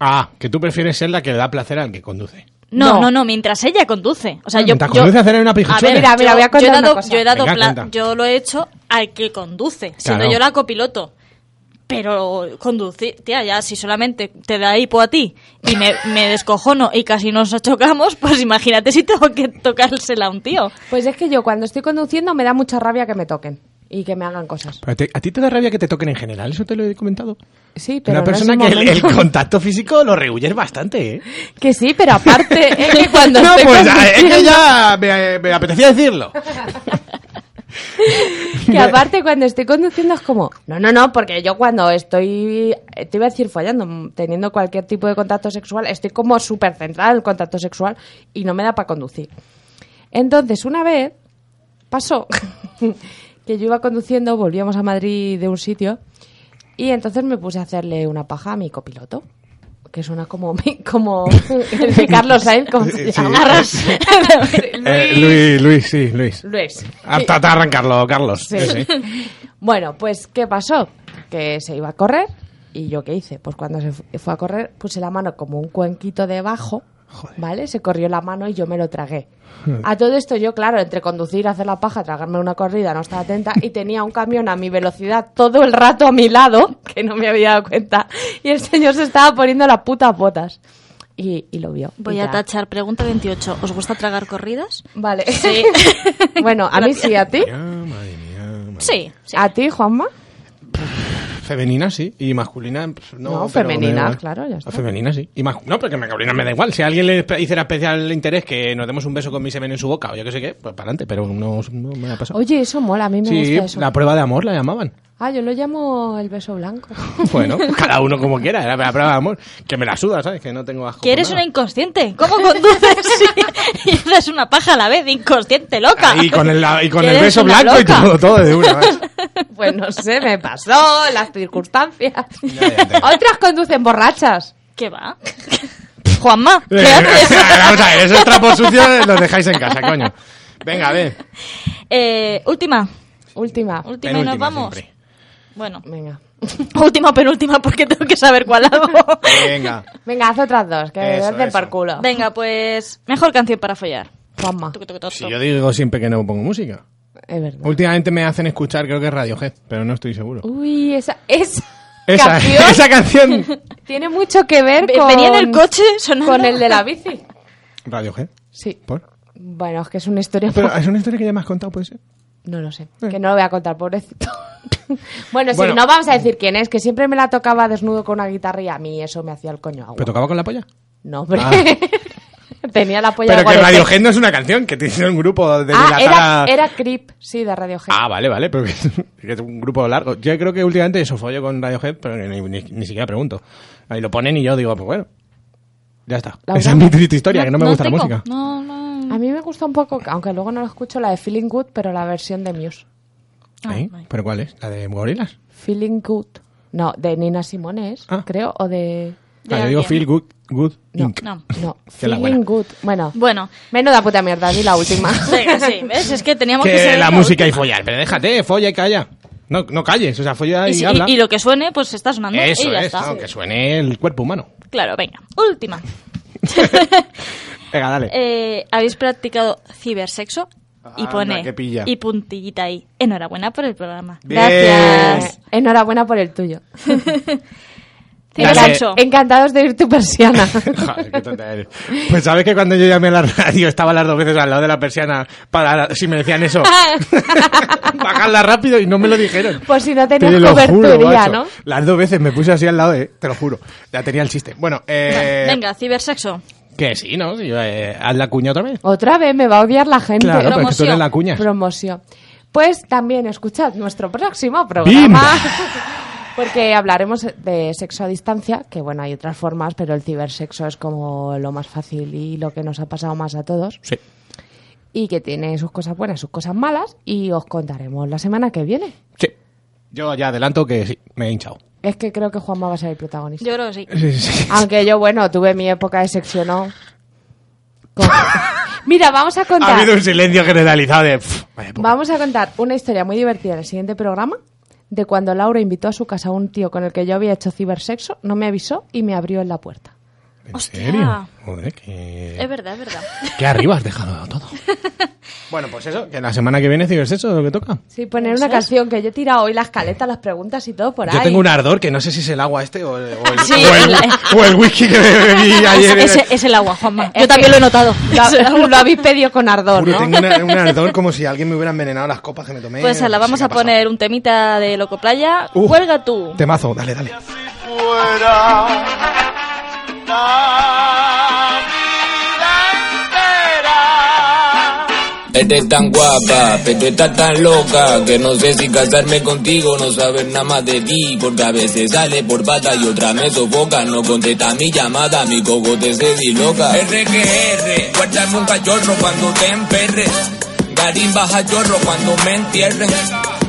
[SPEAKER 6] Ah, que tú prefieres ser la que le da placer al que conduce.
[SPEAKER 7] No,
[SPEAKER 3] No.
[SPEAKER 7] no, no, mientras ella conduce. O sea, yo.
[SPEAKER 6] Mientras
[SPEAKER 7] yo-
[SPEAKER 6] conduce hacer una
[SPEAKER 7] A
[SPEAKER 6] pijachuela.
[SPEAKER 7] ver,
[SPEAKER 3] Mira, mira, voy a
[SPEAKER 7] yo-
[SPEAKER 3] contar
[SPEAKER 7] yo he
[SPEAKER 3] una
[SPEAKER 7] dado-
[SPEAKER 3] cosa.
[SPEAKER 7] Yo, he dado
[SPEAKER 6] Venga,
[SPEAKER 7] pla-
[SPEAKER 6] cuenta.
[SPEAKER 7] yo lo he hecho al que conduce, siendo
[SPEAKER 6] Claro.
[SPEAKER 7] yo la copiloto. Pero conducir, tía, ya si solamente te da hipo a ti y me, me descojono y casi nos chocamos, pues imagínate si tengo que tocársela a un tío.
[SPEAKER 3] Pues es que yo cuando estoy conduciendo me da mucha rabia que me toquen y que me hagan cosas.
[SPEAKER 6] Pero te- ¿A ti te da rabia que te toquen en general? Eso te lo he comentado.
[SPEAKER 3] Sí, pero
[SPEAKER 6] una
[SPEAKER 3] no es
[SPEAKER 6] persona
[SPEAKER 3] el
[SPEAKER 6] que el, el
[SPEAKER 3] momento.
[SPEAKER 6] contacto físico lo rehuyes bastante, ¿eh?
[SPEAKER 3] Que sí, pero aparte es que cuando
[SPEAKER 6] No,
[SPEAKER 3] estoy
[SPEAKER 6] pues ah, es
[SPEAKER 3] conduciendo-
[SPEAKER 6] que ya me, me apetecía decirlo.
[SPEAKER 3] Que aparte cuando estoy conduciendo es como, no, no, no, porque yo cuando estoy, eh, te iba a decir follando, mm, teniendo cualquier tipo de contacto sexual, estoy como súper centrada en el contacto sexual y no me da para conducir. Entonces, una vez pasó que yo iba conduciendo, volvíamos a Madrid de un sitio y entonces me puse a hacerle una paja a mi copiloto. Que suena como, mi- como el de Carlos Sainz, como
[SPEAKER 6] Sí, sí.
[SPEAKER 3] se llama.
[SPEAKER 6] Eh, Luis, Luis, sí, Luis.
[SPEAKER 3] Luis.
[SPEAKER 6] Hasta hasta arrancarlo, Carlos.
[SPEAKER 3] Sí.
[SPEAKER 6] Yo sé.
[SPEAKER 3] Bueno, pues ¿qué pasó? Que se iba a correr y yo qué hice? Pues cuando se fu- fue a correr puse la mano como un cuenquito debajo, ¿vale? Se corrió la mano y yo me lo tragué. A todo esto yo, claro, entre conducir, hacer la paja, tragarme una corrida, no estaba atenta y tenía un camión a mi velocidad todo el rato a mi lado, que no me había dado cuenta, y el señor se estaba poniendo las putas botas. Y, y lo vio.
[SPEAKER 7] Voy
[SPEAKER 3] y
[SPEAKER 7] a
[SPEAKER 3] ya.
[SPEAKER 7] tachar pregunta 28. ¿Os gusta tragar corridas?
[SPEAKER 3] Vale. bueno, a mí sí, a ti.
[SPEAKER 7] Sí.
[SPEAKER 6] Ah,
[SPEAKER 7] sí.
[SPEAKER 3] ¿A ti, Juanma?
[SPEAKER 6] Femenina sí, y masculina pf, no.
[SPEAKER 3] No,
[SPEAKER 6] pero me da
[SPEAKER 3] femenina,
[SPEAKER 6] igual.
[SPEAKER 3] claro, ya está.
[SPEAKER 6] Femenina sí. Y mascu- no, porque masculina me da igual. Si a alguien le espe- hiciera especial interés que nos demos un beso con mi semen en su boca o yo qué sé qué, pues para adelante, pero no, no me ha pasado.
[SPEAKER 3] Oye, eso mola, a mí me
[SPEAKER 6] sí,
[SPEAKER 3] gusta eso.
[SPEAKER 6] la prueba de amor la llamaban.
[SPEAKER 3] Ah, yo lo llamo el beso blanco.
[SPEAKER 6] Bueno, pues cada uno como quiera, era la prueba de amor. Que me la suda, ¿sabes? Que no tengo asco.
[SPEAKER 7] Que eres
[SPEAKER 6] por nada.
[SPEAKER 7] una inconsciente. ¿Cómo conduces? y haces una paja a la vez, inconsciente, loca.
[SPEAKER 6] Ah, Y con el, la- y con
[SPEAKER 7] Que
[SPEAKER 6] el
[SPEAKER 7] eres
[SPEAKER 6] beso
[SPEAKER 7] una
[SPEAKER 6] blanco y
[SPEAKER 7] loca.
[SPEAKER 6] todo, todo de una vez.
[SPEAKER 3] Pues no sé, me pasó, las circunstancias.
[SPEAKER 6] ya te-
[SPEAKER 3] Otras conducen borrachas.
[SPEAKER 7] ¿Qué va? Juanma, ¿qué
[SPEAKER 6] Eh,
[SPEAKER 7] haces?
[SPEAKER 6] Vamos a ver, esos trapos sucios los dejáis en casa, coño. Venga, a ver.
[SPEAKER 7] Eh, última.
[SPEAKER 3] Última.
[SPEAKER 7] Última y nos
[SPEAKER 6] Penúltima
[SPEAKER 7] vamos.
[SPEAKER 6] siempre.
[SPEAKER 7] Bueno,
[SPEAKER 3] Venga.
[SPEAKER 7] última o penúltima porque tengo que saber cuál hago.
[SPEAKER 6] Venga.
[SPEAKER 3] Venga, haz otras dos, que
[SPEAKER 6] Eso,
[SPEAKER 3] es de
[SPEAKER 6] eso.
[SPEAKER 3] por culo.
[SPEAKER 7] Venga, pues mejor canción para follar.
[SPEAKER 3] Juanma.
[SPEAKER 7] Tuc, tuc, tuc,
[SPEAKER 6] Si
[SPEAKER 7] tuc.
[SPEAKER 6] yo digo siempre que no pongo música.
[SPEAKER 3] Es verdad.
[SPEAKER 6] Últimamente me hacen escuchar, creo que es Radiohead, pero no estoy seguro.
[SPEAKER 3] Uy, esa, esa,
[SPEAKER 6] Esa,
[SPEAKER 3] canción
[SPEAKER 6] esa canción.
[SPEAKER 3] tiene mucho que ver
[SPEAKER 7] Ve-
[SPEAKER 3] con...
[SPEAKER 7] venía en el coche, sonaba.
[SPEAKER 3] Con el de la bici.
[SPEAKER 6] Radiohead.
[SPEAKER 3] Sí.
[SPEAKER 6] ¿Por?
[SPEAKER 3] Bueno, es que es una historia...
[SPEAKER 6] Pero es una historia que ya me has contado, puede ser.
[SPEAKER 3] No lo sé, que no lo voy a contar, pobrecito. bueno, sí,
[SPEAKER 6] Bueno.
[SPEAKER 3] no vamos a decir quién es, que siempre me la tocaba desnudo con una guitarra y a mí eso me hacía el coño agua.
[SPEAKER 6] Pero tocaba con la polla.
[SPEAKER 3] No, hombre.
[SPEAKER 6] Ah.
[SPEAKER 3] Tenía la polla
[SPEAKER 6] Pero
[SPEAKER 3] de
[SPEAKER 6] que
[SPEAKER 3] Gorete.
[SPEAKER 6] Radiohead no es una canción, que tiene un grupo de
[SPEAKER 3] Ah,
[SPEAKER 6] dilatada-
[SPEAKER 3] era, era Creep, sí, de Radiohead.
[SPEAKER 6] Ah, vale, vale, pero que es, que es un grupo largo. Yo creo que últimamente eso follo con Radiohead, pero ni, ni- ni siquiera pregunto. Ahí lo ponen y yo digo, pues bueno, ya está.
[SPEAKER 3] Laura.
[SPEAKER 6] Esa es mi triste historia, que no me gusta
[SPEAKER 7] tengo.
[SPEAKER 6] la música.
[SPEAKER 7] No, no.
[SPEAKER 3] A mí me gusta un poco, aunque luego no lo escucho, la de Feeling Good, pero la versión de Muse.
[SPEAKER 6] ¿Eh? ¿Pero cuál es? ¿La de Gorilas?
[SPEAKER 3] Feeling Good. No, de Nina Simone es,
[SPEAKER 6] Ah.
[SPEAKER 3] creo, o de...
[SPEAKER 7] De
[SPEAKER 6] Ah, yo digo
[SPEAKER 7] alguien.
[SPEAKER 6] Feel Good, good
[SPEAKER 3] No,
[SPEAKER 6] Inc.
[SPEAKER 7] No.
[SPEAKER 3] no.
[SPEAKER 6] Que la
[SPEAKER 3] Feeling
[SPEAKER 6] buena.
[SPEAKER 3] Good. Bueno,
[SPEAKER 7] Bueno,
[SPEAKER 3] menuda puta mierda, di la última.
[SPEAKER 7] sí, sí, ¿ves? Es que teníamos que,
[SPEAKER 6] Que
[SPEAKER 7] saber
[SPEAKER 6] la
[SPEAKER 7] lo
[SPEAKER 6] música y follar, pero déjate, folla y calla. No, no calles, o sea, folla
[SPEAKER 7] último.
[SPEAKER 6] y,
[SPEAKER 7] Y, si-
[SPEAKER 6] habla.
[SPEAKER 7] y- y lo que suene, pues está sonando
[SPEAKER 6] Eso
[SPEAKER 7] y ya
[SPEAKER 6] es,
[SPEAKER 7] está.
[SPEAKER 6] no, que suene el cuerpo humano.
[SPEAKER 7] Claro, venga. Última.
[SPEAKER 6] Venga, dale.
[SPEAKER 7] Eh, ¿Habéis practicado cibersexo? Y
[SPEAKER 6] Anda,
[SPEAKER 7] pone
[SPEAKER 6] qué pilla.
[SPEAKER 7] y puntillita ahí. Enhorabuena por el programa.
[SPEAKER 6] Bien. Eh.
[SPEAKER 7] Gracias.
[SPEAKER 3] Enhorabuena por el tuyo.
[SPEAKER 6] Dale.
[SPEAKER 7] Cibersexo.
[SPEAKER 3] Encantados de ir tu persiana.
[SPEAKER 6] Joder, qué tonta eres. Pues sabes que cuando yo llamé a la radio estaba las dos veces al lado de la persiana para si me decían eso. Bajarla rápido y no me lo dijeron.
[SPEAKER 3] Por si no
[SPEAKER 6] Te
[SPEAKER 3] tenías
[SPEAKER 6] lo juro,
[SPEAKER 3] cobertura,
[SPEAKER 6] macho.
[SPEAKER 3] ¿no?
[SPEAKER 6] Las dos veces me puse así al lado de, te lo juro. Ya tenía el chiste. Bueno, eh,
[SPEAKER 7] Venga, cibersexo.
[SPEAKER 6] que sí, ¿no? Sí, eh, haz la cuña otra vez.
[SPEAKER 3] Otra vez me va a odiar la gente.
[SPEAKER 6] Claro, pero es que tú
[SPEAKER 7] promoción.
[SPEAKER 6] eres la cuña.
[SPEAKER 3] Promoción. Pues también escuchad nuestro próximo programa. Porque hablaremos de sexo a distancia, que bueno, hay otras formas, pero el cibersexo es como lo más fácil y lo que nos ha pasado más a todos.
[SPEAKER 6] Sí.
[SPEAKER 3] Y que tiene sus cosas buenas, sus cosas malas, y os contaremos la semana que viene.
[SPEAKER 6] Sí. Yo ya adelanto que sí, me he hinchado.
[SPEAKER 3] Es que creo que Juanma va a ser el protagonista.
[SPEAKER 7] Yo creo que sí.
[SPEAKER 6] Eh.
[SPEAKER 7] Ah,
[SPEAKER 3] Aunque yo, bueno, tuve mi época de sexo, ¿no? Con- Mira, vamos a contar.
[SPEAKER 6] Ha habido un silencio generalizado de... "Pff, vaya puta".
[SPEAKER 3] Vamos a contar una historia muy divertida en el siguiente programa de cuando Laura invitó a su casa a un tío con el que yo había hecho cibersexo, no me avisó y me abrió en la puerta.
[SPEAKER 6] ¿En
[SPEAKER 7] Hostia.
[SPEAKER 6] serio? Joder, que...
[SPEAKER 7] Es verdad, es verdad.
[SPEAKER 6] Qué arriba has dejado todo. bueno, pues eso, que la semana que viene cibersexo es lo que toca.
[SPEAKER 3] Sí, pues poner una canción que yo he tirado hoy la escaleta, las preguntas y todo por ahí.
[SPEAKER 6] Yo tengo un ardor que no sé si es el agua este o el, o el-
[SPEAKER 7] Sí,
[SPEAKER 6] o el-
[SPEAKER 7] la-
[SPEAKER 6] o el whisky que bebí ayer.
[SPEAKER 7] Es, es- es el agua, Juanma.
[SPEAKER 3] Es
[SPEAKER 7] Yo también
[SPEAKER 3] que-
[SPEAKER 7] lo he notado.
[SPEAKER 3] Lo, lo habéis pedido con ardor,
[SPEAKER 6] Juro,
[SPEAKER 3] ¿no?
[SPEAKER 6] tengo una- un ardor como si alguien me hubiera envenenado las copas que me tomé.
[SPEAKER 7] Pues
[SPEAKER 6] no
[SPEAKER 7] la
[SPEAKER 6] sé
[SPEAKER 7] vamos
[SPEAKER 6] qué
[SPEAKER 7] a
[SPEAKER 6] ha pasado.
[SPEAKER 7] poner un temita de Loco Playa.
[SPEAKER 6] Uh,
[SPEAKER 7] Cuelga tú.
[SPEAKER 6] Temazo, dale, dale.
[SPEAKER 9] fuera la vida entera.
[SPEAKER 10] Este es tan guapa, pero tú estás tan loca que no sé si casarme contigo, no saber nada más de ti, porque a veces sale por pata y otra me sofoca, no contesta mi llamada, mi cogote se disloca. R que R, guárdame un cachorro cuando te emperres, Garín baja chorro cuando me entierren.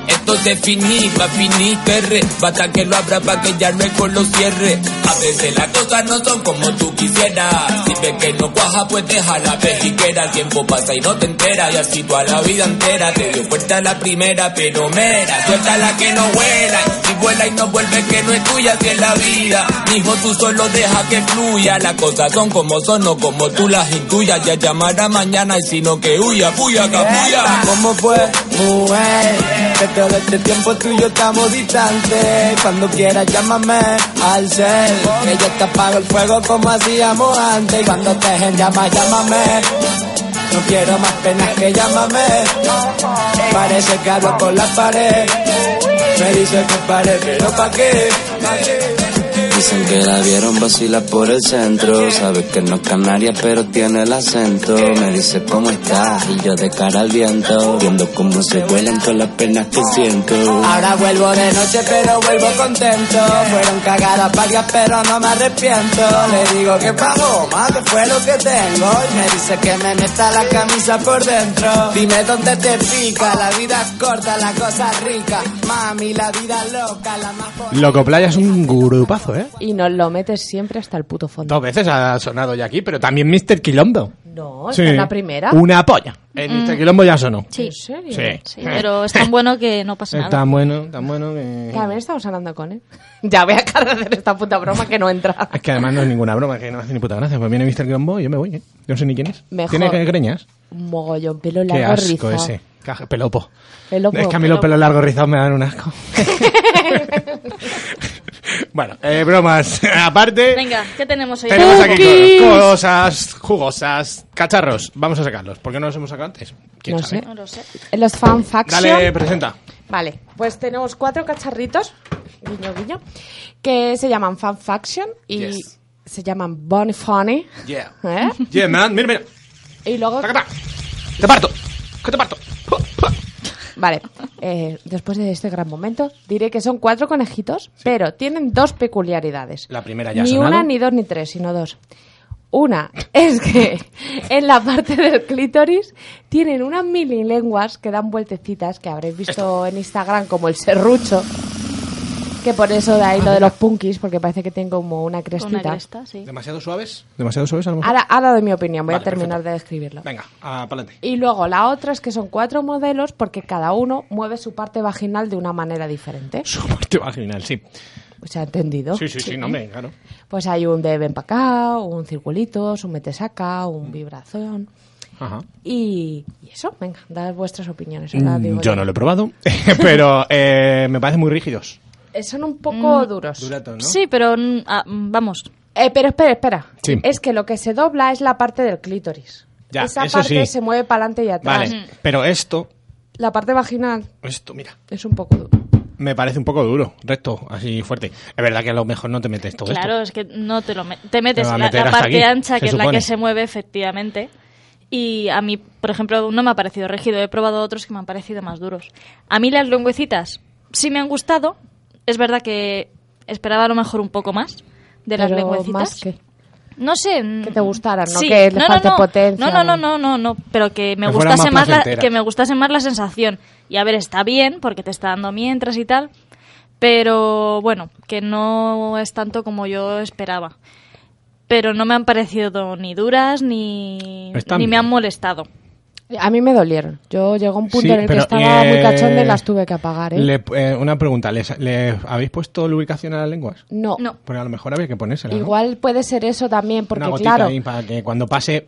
[SPEAKER 10] Esto es finí, pa' finí, perre, basta que lo abra pa' que ya luego lo cierre. A veces las cosas no son como tú quisieras, si ves que no cuaja pues deja la pejiquera, el tiempo pasa y no te enteras, y así toda la vida entera, te dio fuerza la primera, pero mera, suelta la que no vuela, y si vuela y no vuelve que no es tuya, si es la vida, hijo tú solo deja que fluya, las cosas son como son, no como tú las intuyas, ya llamará mañana y si no que huya, puya, capuya.
[SPEAKER 8] ¿Cómo fue, mujer? Que todo este tiempo tú y yo estamos distantes. Cuando quieras llámame al cel. Que yo te apago el fuego como hacíamos antes. Y cuando te dejen llamar, llámame. No quiero más penas que llámame. Parece que hablo con la pared. Me dice que pare, pero ¿pa' qué?
[SPEAKER 10] Dicen que la vieron vacilar por el centro. Sabes que no es canaria, pero tiene el acento. Me dice cómo está, y yo de cara al viento. Viendo cómo se vuelan todas las penas que siento.
[SPEAKER 8] Ahora vuelvo de noche pero vuelvo contento Fueron cagadas varias pero no me arrepiento Le digo que pago más que fue lo que tengo Y me dice que me meta la camisa por dentro Dime dónde te pica, la vida es corta, la cosa es rica Mami, la vida es loca, la más bonita
[SPEAKER 6] Loco Playa es un grupazo, ¿eh?
[SPEAKER 3] Y nos lo metes siempre hasta el puto fondo.
[SPEAKER 6] Dos veces ha sonado ya aquí, pero también Mr. Quilombo.
[SPEAKER 3] No, esta es la primera. Mm.
[SPEAKER 6] Una polla. El Mr. este Quilombo ya sonó.
[SPEAKER 7] Sí,
[SPEAKER 3] ¿En serio?
[SPEAKER 6] Sí. Eh.
[SPEAKER 7] sí, pero es tan bueno que no pasa
[SPEAKER 6] Es
[SPEAKER 7] nada.
[SPEAKER 6] tan bueno, tan bueno que...
[SPEAKER 3] También estamos hablando con él. Ya voy a dejar de hacer esta puta broma que no entra.
[SPEAKER 6] Es que además no es ninguna broma, que no hace ni puta gracia. Pues viene Mr. Quilombo y yo me voy, ¿eh? Yo no sé ni quién es.
[SPEAKER 3] Mejor.
[SPEAKER 6] Tiene que greñas.
[SPEAKER 3] Un mogollón, pelo largo
[SPEAKER 6] Qué asco
[SPEAKER 3] rizado.
[SPEAKER 6] ese. Caja- Pelopo.
[SPEAKER 3] Pelo
[SPEAKER 6] es
[SPEAKER 3] poco.
[SPEAKER 6] que a mí los pelos largos rizados me dan un asco. bueno, eh, bromas. Aparte,
[SPEAKER 7] Venga, ¿qué tenemos hoy? Uh.
[SPEAKER 6] tenemos aquí co- cosas jugosas, cacharros. Vamos a sacarlos. ¿Por qué no los hemos sacado antes? ¿Quién
[SPEAKER 3] No
[SPEAKER 6] sabe?
[SPEAKER 3] sé.
[SPEAKER 7] No lo sé.
[SPEAKER 3] En Los fan faction.
[SPEAKER 6] ¿eh? Dale, presenta.
[SPEAKER 3] Vale, pues tenemos cuatro cacharritos, guiño, guiño, que se llaman Fan Faction y
[SPEAKER 6] Yes.
[SPEAKER 3] se llaman Bonnie Funny.
[SPEAKER 6] Yeah.
[SPEAKER 3] ¿eh?
[SPEAKER 6] Yeah, man. Mira, mira.
[SPEAKER 3] Y luego,
[SPEAKER 6] Taca, taca. Te parto. Que te parto. Pu, pu.
[SPEAKER 3] vale, eh, después de este gran momento, diré que son cuatro conejitos, pero tienen dos peculiaridades.
[SPEAKER 6] La primera ya ha
[SPEAKER 3] Ni
[SPEAKER 6] sonado.
[SPEAKER 3] una, ni dos, ni tres, sino dos. Una es que en la parte del clítoris tienen unas mini lenguas que dan vueltecitas que habréis visto en Instagram como el serrucho. Que por eso de ahí
[SPEAKER 6] Ah,
[SPEAKER 3] lo de los punkis, porque parece que tienen como
[SPEAKER 7] Con una
[SPEAKER 3] una crestita.
[SPEAKER 7] cresta, sí.
[SPEAKER 6] ¿Demasiado suaves? ¿Demasiado suaves a lo mejor?
[SPEAKER 3] Ahora, ahora doy mi opinión, voy
[SPEAKER 6] Vale,
[SPEAKER 3] a terminar de describirlo.
[SPEAKER 6] Venga, para adelante.
[SPEAKER 3] Y luego la otra es que son cuatro modelos porque cada uno mueve su parte vaginal de una manera diferente.
[SPEAKER 6] Su parte vaginal, sí.
[SPEAKER 3] ¿Se ha entendido?
[SPEAKER 6] Sí, sí, sí, no me, claro.
[SPEAKER 3] Pues hay un de ven pa' acá, un circulitos, un metesaca,
[SPEAKER 6] Mm.
[SPEAKER 3] un vibración.
[SPEAKER 6] Ajá.
[SPEAKER 3] Y, y eso, venga, dad vuestras opiniones. ahora digo
[SPEAKER 6] Mm, Yo no lo he probado, pero eh, me parecen muy rígidos.
[SPEAKER 3] Eh, Son
[SPEAKER 6] Mm.
[SPEAKER 3] un poco duros.
[SPEAKER 6] Durato, ¿no?
[SPEAKER 7] Sí, pero mm, ah, mm, vamos.
[SPEAKER 3] Eh, pero espera, espera.
[SPEAKER 6] Sí.
[SPEAKER 3] Es que lo que se dobla es la parte del clítoris.
[SPEAKER 6] Ya,
[SPEAKER 3] Esa
[SPEAKER 6] eso
[SPEAKER 3] parte
[SPEAKER 6] sí.
[SPEAKER 3] se mueve para adelante y atrás.
[SPEAKER 6] Vale, pero esto,
[SPEAKER 3] La parte vaginal
[SPEAKER 6] esto, mira,
[SPEAKER 3] es un poco dura.
[SPEAKER 6] me parece un poco duro, recto, así fuerte. Es verdad que a lo mejor no te metes todo
[SPEAKER 7] Claro,
[SPEAKER 6] esto.
[SPEAKER 7] es que no te lo me- te metes
[SPEAKER 6] va a
[SPEAKER 7] en la,
[SPEAKER 6] meter
[SPEAKER 7] la
[SPEAKER 6] hasta
[SPEAKER 7] parte
[SPEAKER 6] aquí,
[SPEAKER 7] ancha
[SPEAKER 6] se
[SPEAKER 7] que es la
[SPEAKER 6] supone.
[SPEAKER 7] que se mueve efectivamente. Y a mí, por ejemplo, no me ha parecido rígido. He probado otros que me han parecido más duros. A mí las lengüecitas sí me han gustado. Es verdad que esperaba a lo mejor un poco más de las
[SPEAKER 3] Pero
[SPEAKER 7] lengüecitas.
[SPEAKER 3] más que-
[SPEAKER 7] No sé. n-
[SPEAKER 3] Que te gustaran, ¿no? Que le falte
[SPEAKER 7] no.
[SPEAKER 3] potencia,
[SPEAKER 7] No, no, no,
[SPEAKER 3] ¿no?
[SPEAKER 7] no, no, no, Pero que me
[SPEAKER 6] Que fuera
[SPEAKER 7] gustase
[SPEAKER 6] más
[SPEAKER 7] más, la,
[SPEAKER 6] placentera.
[SPEAKER 7] que me gustase más la sensación. Y a ver, está bien porque te está dando mientras y tal, pero bueno, que no es tanto como yo esperaba. Pero no me han parecido ni duras ni
[SPEAKER 6] Están
[SPEAKER 7] ni me
[SPEAKER 6] bien.
[SPEAKER 7] han molestado.
[SPEAKER 3] A mí me dolieron. Yo llegó un punto
[SPEAKER 6] Sí,
[SPEAKER 3] en el que
[SPEAKER 6] pero,
[SPEAKER 3] estaba
[SPEAKER 6] eh,
[SPEAKER 3] muy cachonda y las tuve que apagar, ¿eh?
[SPEAKER 6] Le- eh, una pregunta, ¿les, le habéis puesto lubricación a las lenguas?
[SPEAKER 3] No.
[SPEAKER 7] No.
[SPEAKER 6] Porque a lo mejor había que ponérsela. ¿no?
[SPEAKER 3] Igual puede ser eso también, porque
[SPEAKER 6] una gotita
[SPEAKER 3] claro.
[SPEAKER 6] ahí para que cuando pase,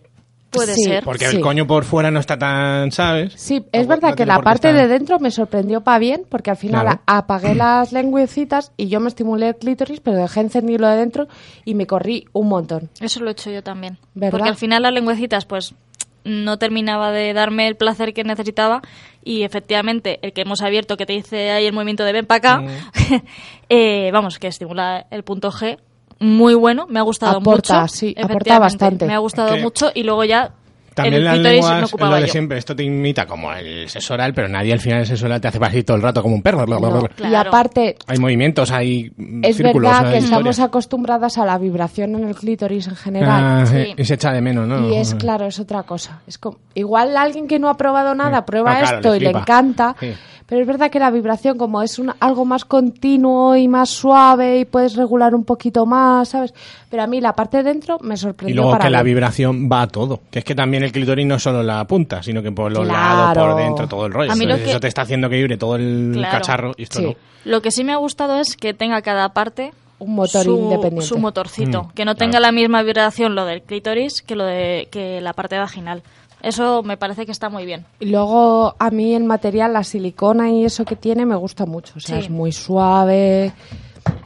[SPEAKER 7] Puede
[SPEAKER 3] Sí.
[SPEAKER 7] ser.
[SPEAKER 6] porque
[SPEAKER 3] Sí.
[SPEAKER 6] el coño por fuera no está tan, ¿sabes?
[SPEAKER 3] Sí,
[SPEAKER 6] No-
[SPEAKER 3] es
[SPEAKER 6] no
[SPEAKER 3] verdad que
[SPEAKER 6] tiene
[SPEAKER 3] la
[SPEAKER 6] por qué
[SPEAKER 3] parte
[SPEAKER 6] estar-
[SPEAKER 3] de dentro me sorprendió para bien, porque al final
[SPEAKER 6] Claro.
[SPEAKER 3] a- apagué las lengüecitas y yo me estimulé el clítoris, pero dejé encendido de dentro y me corrí un montón.
[SPEAKER 7] Eso lo he hecho yo también.
[SPEAKER 3] ¿Verdad?
[SPEAKER 7] Porque al final las lengüecitas, pues no terminaba de darme el placer que necesitaba y efectivamente el que hemos abierto que te dice ahí el movimiento de ven para acá
[SPEAKER 3] Mm.
[SPEAKER 7] eh, vamos que estimula el punto G muy bueno me ha gustado
[SPEAKER 3] Aporta,
[SPEAKER 7] mucho
[SPEAKER 3] sí, aporta
[SPEAKER 7] efectivamente,
[SPEAKER 3] bastante.
[SPEAKER 7] me ha gustado
[SPEAKER 6] Es que
[SPEAKER 7] mucho y luego ya
[SPEAKER 6] También
[SPEAKER 7] el
[SPEAKER 6] las
[SPEAKER 7] clítoris
[SPEAKER 6] lenguas,
[SPEAKER 7] me
[SPEAKER 6] es lo
[SPEAKER 7] ocupaba
[SPEAKER 6] de
[SPEAKER 7] yo.
[SPEAKER 6] siempre, esto te imita como el sexo oral, pero nadie al final el sexo oral te hace pasar todo el rato como un perro. bla, bla, bla,
[SPEAKER 3] No.
[SPEAKER 6] bla.
[SPEAKER 7] claro.
[SPEAKER 3] Y aparte,
[SPEAKER 6] Hay movimientos, hay mm,
[SPEAKER 3] es
[SPEAKER 6] círculos,
[SPEAKER 3] verdad
[SPEAKER 6] hay
[SPEAKER 3] que
[SPEAKER 6] historias.
[SPEAKER 3] estamos acostumbradas a la vibración en el clítoris en general.
[SPEAKER 6] Ah,
[SPEAKER 7] Sí.
[SPEAKER 6] eh, Y se echa de menos, ¿no?
[SPEAKER 3] Y es claro, es otra cosa. Es como, igual alguien que no ha probado nada
[SPEAKER 6] Sí.
[SPEAKER 3] prueba
[SPEAKER 6] No, claro,
[SPEAKER 3] esto
[SPEAKER 6] le
[SPEAKER 3] y le
[SPEAKER 6] flipa.
[SPEAKER 3] encanta,
[SPEAKER 6] Sí.
[SPEAKER 3] pero es verdad que la vibración como es un- algo más continuo y más suave y puedes regular un poquito más, ¿sabes? Pero a mí la parte de dentro me
[SPEAKER 6] Y
[SPEAKER 3] sorprendió
[SPEAKER 6] luego que
[SPEAKER 3] para
[SPEAKER 6] la
[SPEAKER 3] bien.
[SPEAKER 6] vibración va a todo. Que es que también el clitoris no es solo la punta, sino que por los
[SPEAKER 3] Claro.
[SPEAKER 6] lados, por dentro, todo el rollo.
[SPEAKER 7] A mí lo
[SPEAKER 6] Entonces,
[SPEAKER 7] que-
[SPEAKER 6] Eso te está haciendo que vibre todo el
[SPEAKER 7] Claro.
[SPEAKER 6] cacharro y esto
[SPEAKER 3] Sí.
[SPEAKER 6] no.
[SPEAKER 7] Lo que sí me ha gustado es que tenga cada parte
[SPEAKER 3] Un motor
[SPEAKER 7] su,
[SPEAKER 3] independiente.
[SPEAKER 7] su motorcito,
[SPEAKER 6] Mm,
[SPEAKER 7] que no
[SPEAKER 6] claro.
[SPEAKER 7] tenga la misma vibración lo del clítoris que lo de que la parte vaginal. Eso me parece que está muy bien.
[SPEAKER 3] Y luego a mí el material, la silicona y eso que tiene me gusta mucho, o sea,
[SPEAKER 7] Sí.
[SPEAKER 3] es muy suave.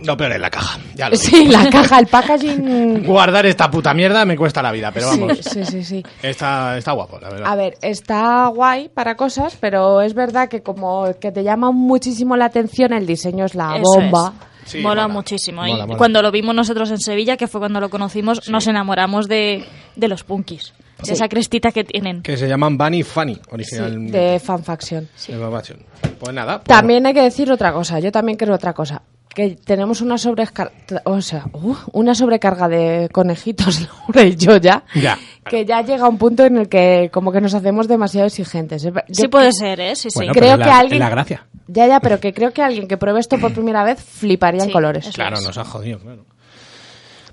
[SPEAKER 6] Lo peor es la caja. Ya lo
[SPEAKER 3] Sí, la caja, el packaging.
[SPEAKER 6] digo. Guardar esta puta mierda me cuesta la vida, pero
[SPEAKER 3] Sí,
[SPEAKER 6] vamos.
[SPEAKER 3] sí, sí, sí.
[SPEAKER 6] Está, está guapo, la verdad.
[SPEAKER 3] A ver, está guay para cosas, pero es verdad que como que te llama muchísimo la atención el diseño es la
[SPEAKER 7] Eso
[SPEAKER 3] bomba.
[SPEAKER 7] es.
[SPEAKER 6] Sí,
[SPEAKER 7] mola,
[SPEAKER 6] mola.
[SPEAKER 7] muchísimo.
[SPEAKER 6] Mola,
[SPEAKER 7] y
[SPEAKER 6] mola.
[SPEAKER 7] cuando lo vimos nosotros en Sevilla, que fue cuando lo conocimos, nos enamoramos de, de los punkis, de esa crestita que tienen.
[SPEAKER 6] Que se llaman Bunny Funny,
[SPEAKER 3] Sí,
[SPEAKER 6] originalmente.
[SPEAKER 3] de fanfaction.
[SPEAKER 6] De Bob Action. Pues nada. pues-
[SPEAKER 3] También hay que decir otra cosa, yo también creo otra cosa, que tenemos una sobrecarga, o sea, uh, una sobrecarga de conejitos, Laura y yo ya,
[SPEAKER 6] Ya.
[SPEAKER 3] que ya llega un punto en el que como que nos hacemos demasiado exigentes. Yo
[SPEAKER 7] Sí puede ser, ¿eh? Sí, sí.
[SPEAKER 6] Bueno,
[SPEAKER 3] creo
[SPEAKER 6] pero la-
[SPEAKER 3] que alguien-
[SPEAKER 6] La gracia.
[SPEAKER 3] Ya, ya, pero que creo que alguien que pruebe esto por primera vez fliparía
[SPEAKER 7] Sí,
[SPEAKER 3] en colores.
[SPEAKER 7] eso
[SPEAKER 6] Claro,
[SPEAKER 7] es.
[SPEAKER 6] nos ha jodido, claro.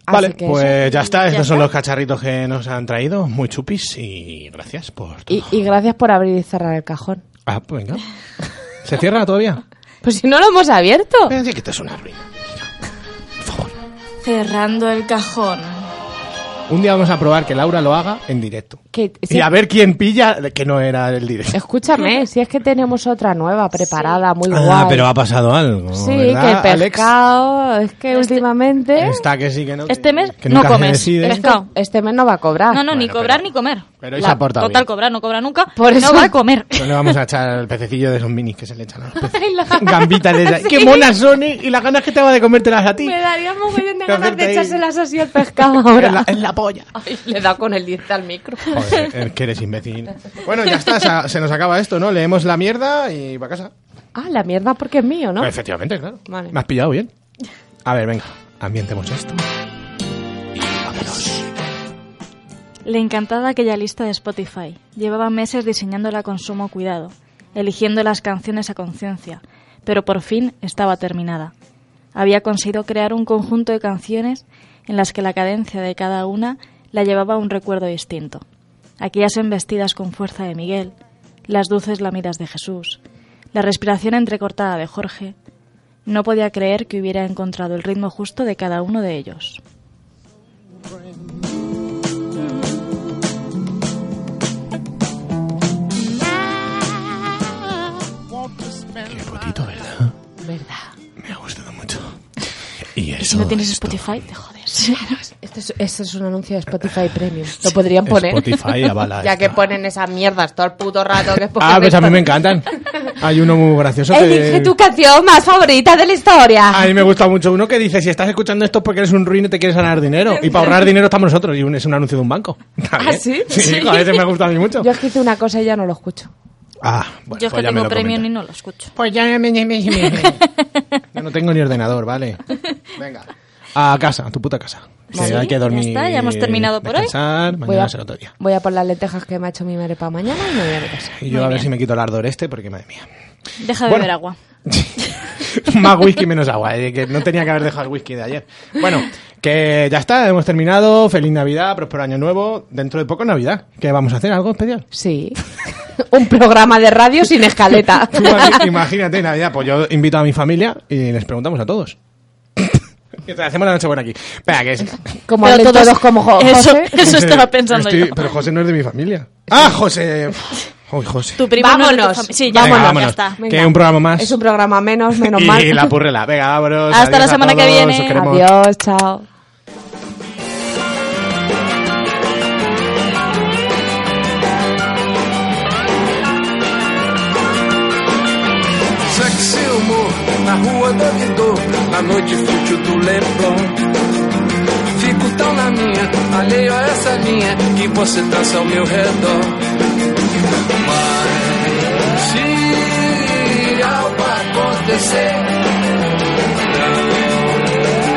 [SPEAKER 3] Así
[SPEAKER 6] Vale,
[SPEAKER 3] que
[SPEAKER 6] pues
[SPEAKER 3] eso.
[SPEAKER 6] ya está.
[SPEAKER 7] Ya
[SPEAKER 6] Estos son
[SPEAKER 7] está.
[SPEAKER 6] los cacharritos que nos han traído. Muy chupis y gracias por todo.
[SPEAKER 3] Y, y gracias por abrir y cerrar el cajón.
[SPEAKER 6] Ah, pues venga. ¿Se cierra todavía?
[SPEAKER 3] Pues si no lo hemos abierto.
[SPEAKER 6] Venga, sí que esto es una ruina. Por favor.
[SPEAKER 7] Cerrando el cajón.
[SPEAKER 6] Un día vamos a probar que Laura lo haga en directo.
[SPEAKER 3] Que,
[SPEAKER 6] Y
[SPEAKER 3] si-
[SPEAKER 6] a ver quién pilla de que no era el directo.
[SPEAKER 3] Escúchame, si es que tenemos otra nueva preparada, muy guay.
[SPEAKER 6] Ah, pero ha pasado algo.
[SPEAKER 3] Sí,
[SPEAKER 6] ¿verdad,
[SPEAKER 3] que el
[SPEAKER 6] Alex?
[SPEAKER 3] pescado, es que últimamente
[SPEAKER 6] Está que sí, que no.
[SPEAKER 7] Este
[SPEAKER 6] que-
[SPEAKER 7] mes
[SPEAKER 6] que
[SPEAKER 7] no
[SPEAKER 6] nunca se
[SPEAKER 7] comes.
[SPEAKER 6] decide.
[SPEAKER 7] Eres pescado.
[SPEAKER 3] este mes no va a cobrar.
[SPEAKER 7] No, no, ni
[SPEAKER 6] Bueno,
[SPEAKER 7] cobrar
[SPEAKER 6] pero-
[SPEAKER 7] ni comer.
[SPEAKER 6] pero hoy se ha portado
[SPEAKER 7] Total,
[SPEAKER 6] bien.
[SPEAKER 7] cobrar no cobra nunca.
[SPEAKER 3] Por eso-
[SPEAKER 7] No va a comer.
[SPEAKER 6] No le vamos a echar el pececillo de esos minis que se le echan a los peces.
[SPEAKER 3] Ay, la-
[SPEAKER 6] Gambitas de esas.
[SPEAKER 3] Sí.
[SPEAKER 6] ¡Qué monas son! eh! Y las ganas que te va de comértelas a ti.
[SPEAKER 3] Me daría mogollón de
[SPEAKER 6] Que
[SPEAKER 3] ganas
[SPEAKER 6] hacerte
[SPEAKER 3] de
[SPEAKER 6] ahí-
[SPEAKER 3] echárselas así al pescado
[SPEAKER 6] Es la,
[SPEAKER 3] ahora.
[SPEAKER 6] es la polla.
[SPEAKER 3] Ay, le da con el 10 al micro.
[SPEAKER 6] Joder, es que eres imbécil. Bueno, ya está, se, se nos acaba esto, ¿no? Leemos la mierda y va a casa.
[SPEAKER 3] Ah, la mierda porque es mío, ¿no?
[SPEAKER 6] Efectivamente, claro.
[SPEAKER 3] Vale.
[SPEAKER 6] Me has pillado bien. A ver, venga, ambientemos esto.
[SPEAKER 7] Le encantaba aquella lista de Spotify. Llevaba meses diseñándola con sumo cuidado, eligiendo las canciones a conciencia, pero por fin estaba terminada. Había conseguido crear un conjunto de canciones en las que la cadencia de cada una la llevaba a un recuerdo distinto. Aquellas embestidas con fuerza de Miguel, las dulces lamidas de Jesús, la respiración entrecortada de Jorge. No podía creer que hubiera encontrado el ritmo justo de cada uno de ellos.
[SPEAKER 6] Qué bonito, ¿verdad?
[SPEAKER 3] Verdad.
[SPEAKER 6] Me ha gustado mucho. Y eso.
[SPEAKER 7] Si no tienes
[SPEAKER 6] esto-
[SPEAKER 7] Spotify, te jodes.
[SPEAKER 3] Este es, este es un anuncio de Spotify Premium. Lo podrían poner.
[SPEAKER 6] Spotify avala
[SPEAKER 3] ya que
[SPEAKER 6] esto.
[SPEAKER 3] ponen esas mierdas todo el puto rato que ponen.
[SPEAKER 6] Ah, pues a mí
[SPEAKER 3] esto.
[SPEAKER 6] me encantan. Hay uno muy gracioso que...
[SPEAKER 3] Elige tu canción más favorita de la historia.
[SPEAKER 6] A mí me gusta mucho uno que dice, si estás escuchando esto es porque eres un ruin y te quieres ganar dinero. Y para ahorrar dinero estamos nosotros. Y un- es un anuncio de un banco. ¿Ah,
[SPEAKER 3] sí?
[SPEAKER 6] Sí, joder, ese me gusta a mí mucho.
[SPEAKER 3] Yo es que hice una cosa y ya no lo escucho.
[SPEAKER 6] Ah, bueno,
[SPEAKER 7] Yo es
[SPEAKER 6] pues
[SPEAKER 7] que
[SPEAKER 6] ya me
[SPEAKER 7] tengo
[SPEAKER 6] lo
[SPEAKER 7] premium y
[SPEAKER 6] comenta.
[SPEAKER 7] no lo escucho.
[SPEAKER 6] Pues ya me- me- me- me- me- Yo no tengo ni ordenador, ¿vale? Venga. A casa, a tu puta casa. Que
[SPEAKER 7] Sí,
[SPEAKER 6] hay que
[SPEAKER 7] ya
[SPEAKER 6] dormir.
[SPEAKER 7] está, ya hemos terminado por hoy.
[SPEAKER 6] descansar,
[SPEAKER 3] Voy
[SPEAKER 6] Mañana
[SPEAKER 3] a,
[SPEAKER 6] será otro día.
[SPEAKER 3] voy a por las lentejas que me ha hecho mi madre para mañana y me voy a mi casa.
[SPEAKER 6] Y yo a ver si me quito el ardor este, porque madre mía.
[SPEAKER 7] Deja de
[SPEAKER 6] Bueno.
[SPEAKER 7] beber agua.
[SPEAKER 6] Más whisky, menos agua. eh, que no tenía que haber dejado el whisky de ayer. Bueno, que ya está, hemos terminado. Feliz Navidad, próspero año nuevo. Dentro de poco Navidad. ¿Qué vamos a hacer? ¿Algo especial?
[SPEAKER 3] Sí. Un programa de radio sin escaleta.
[SPEAKER 6] Tú imagi- imagínate Navidad, pues yo invito a mi familia y les preguntamos a todos. Que te hacemos la noche buena aquí. Espera, que es...
[SPEAKER 3] Como
[SPEAKER 7] Pero
[SPEAKER 3] hablen
[SPEAKER 7] todos-
[SPEAKER 3] todos como jo-
[SPEAKER 7] Eso,
[SPEAKER 3] José.
[SPEAKER 7] eso estaba pensando
[SPEAKER 6] Estoy-
[SPEAKER 7] yo.
[SPEAKER 6] Pero José no es de mi familia. ¡Ah, José! Uy, José.
[SPEAKER 7] Tu primo no es de tu
[SPEAKER 3] Vámonos,
[SPEAKER 7] fami- sí, ya,
[SPEAKER 6] Venga,
[SPEAKER 7] está,
[SPEAKER 6] vámonos.
[SPEAKER 7] ya está.
[SPEAKER 3] Venga.
[SPEAKER 6] Que un programa más.
[SPEAKER 3] Es un programa menos, menos
[SPEAKER 6] y
[SPEAKER 3] mal.
[SPEAKER 6] la purrela. Venga, vámonos.
[SPEAKER 7] Hasta la
[SPEAKER 6] Adiós a
[SPEAKER 7] semana que
[SPEAKER 6] todos,
[SPEAKER 7] viene.
[SPEAKER 6] os queremos.
[SPEAKER 3] Adiós, chao.
[SPEAKER 8] Sexy humor na rua do ouvidor, na noite fútil do Leblon. Fico tão na minha, alheio a essa linha que você traça ao meu redor. Mas se algo acontecer,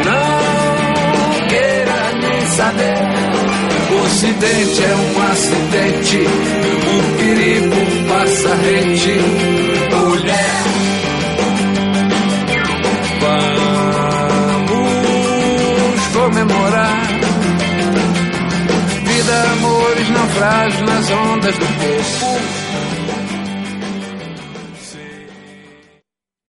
[SPEAKER 8] não, não queira nem saber. O ocidente é um acidente, o perigo passa rente. Mulher, vamos comemorar. Vida, amores, naufrágios nas ondas do tempo.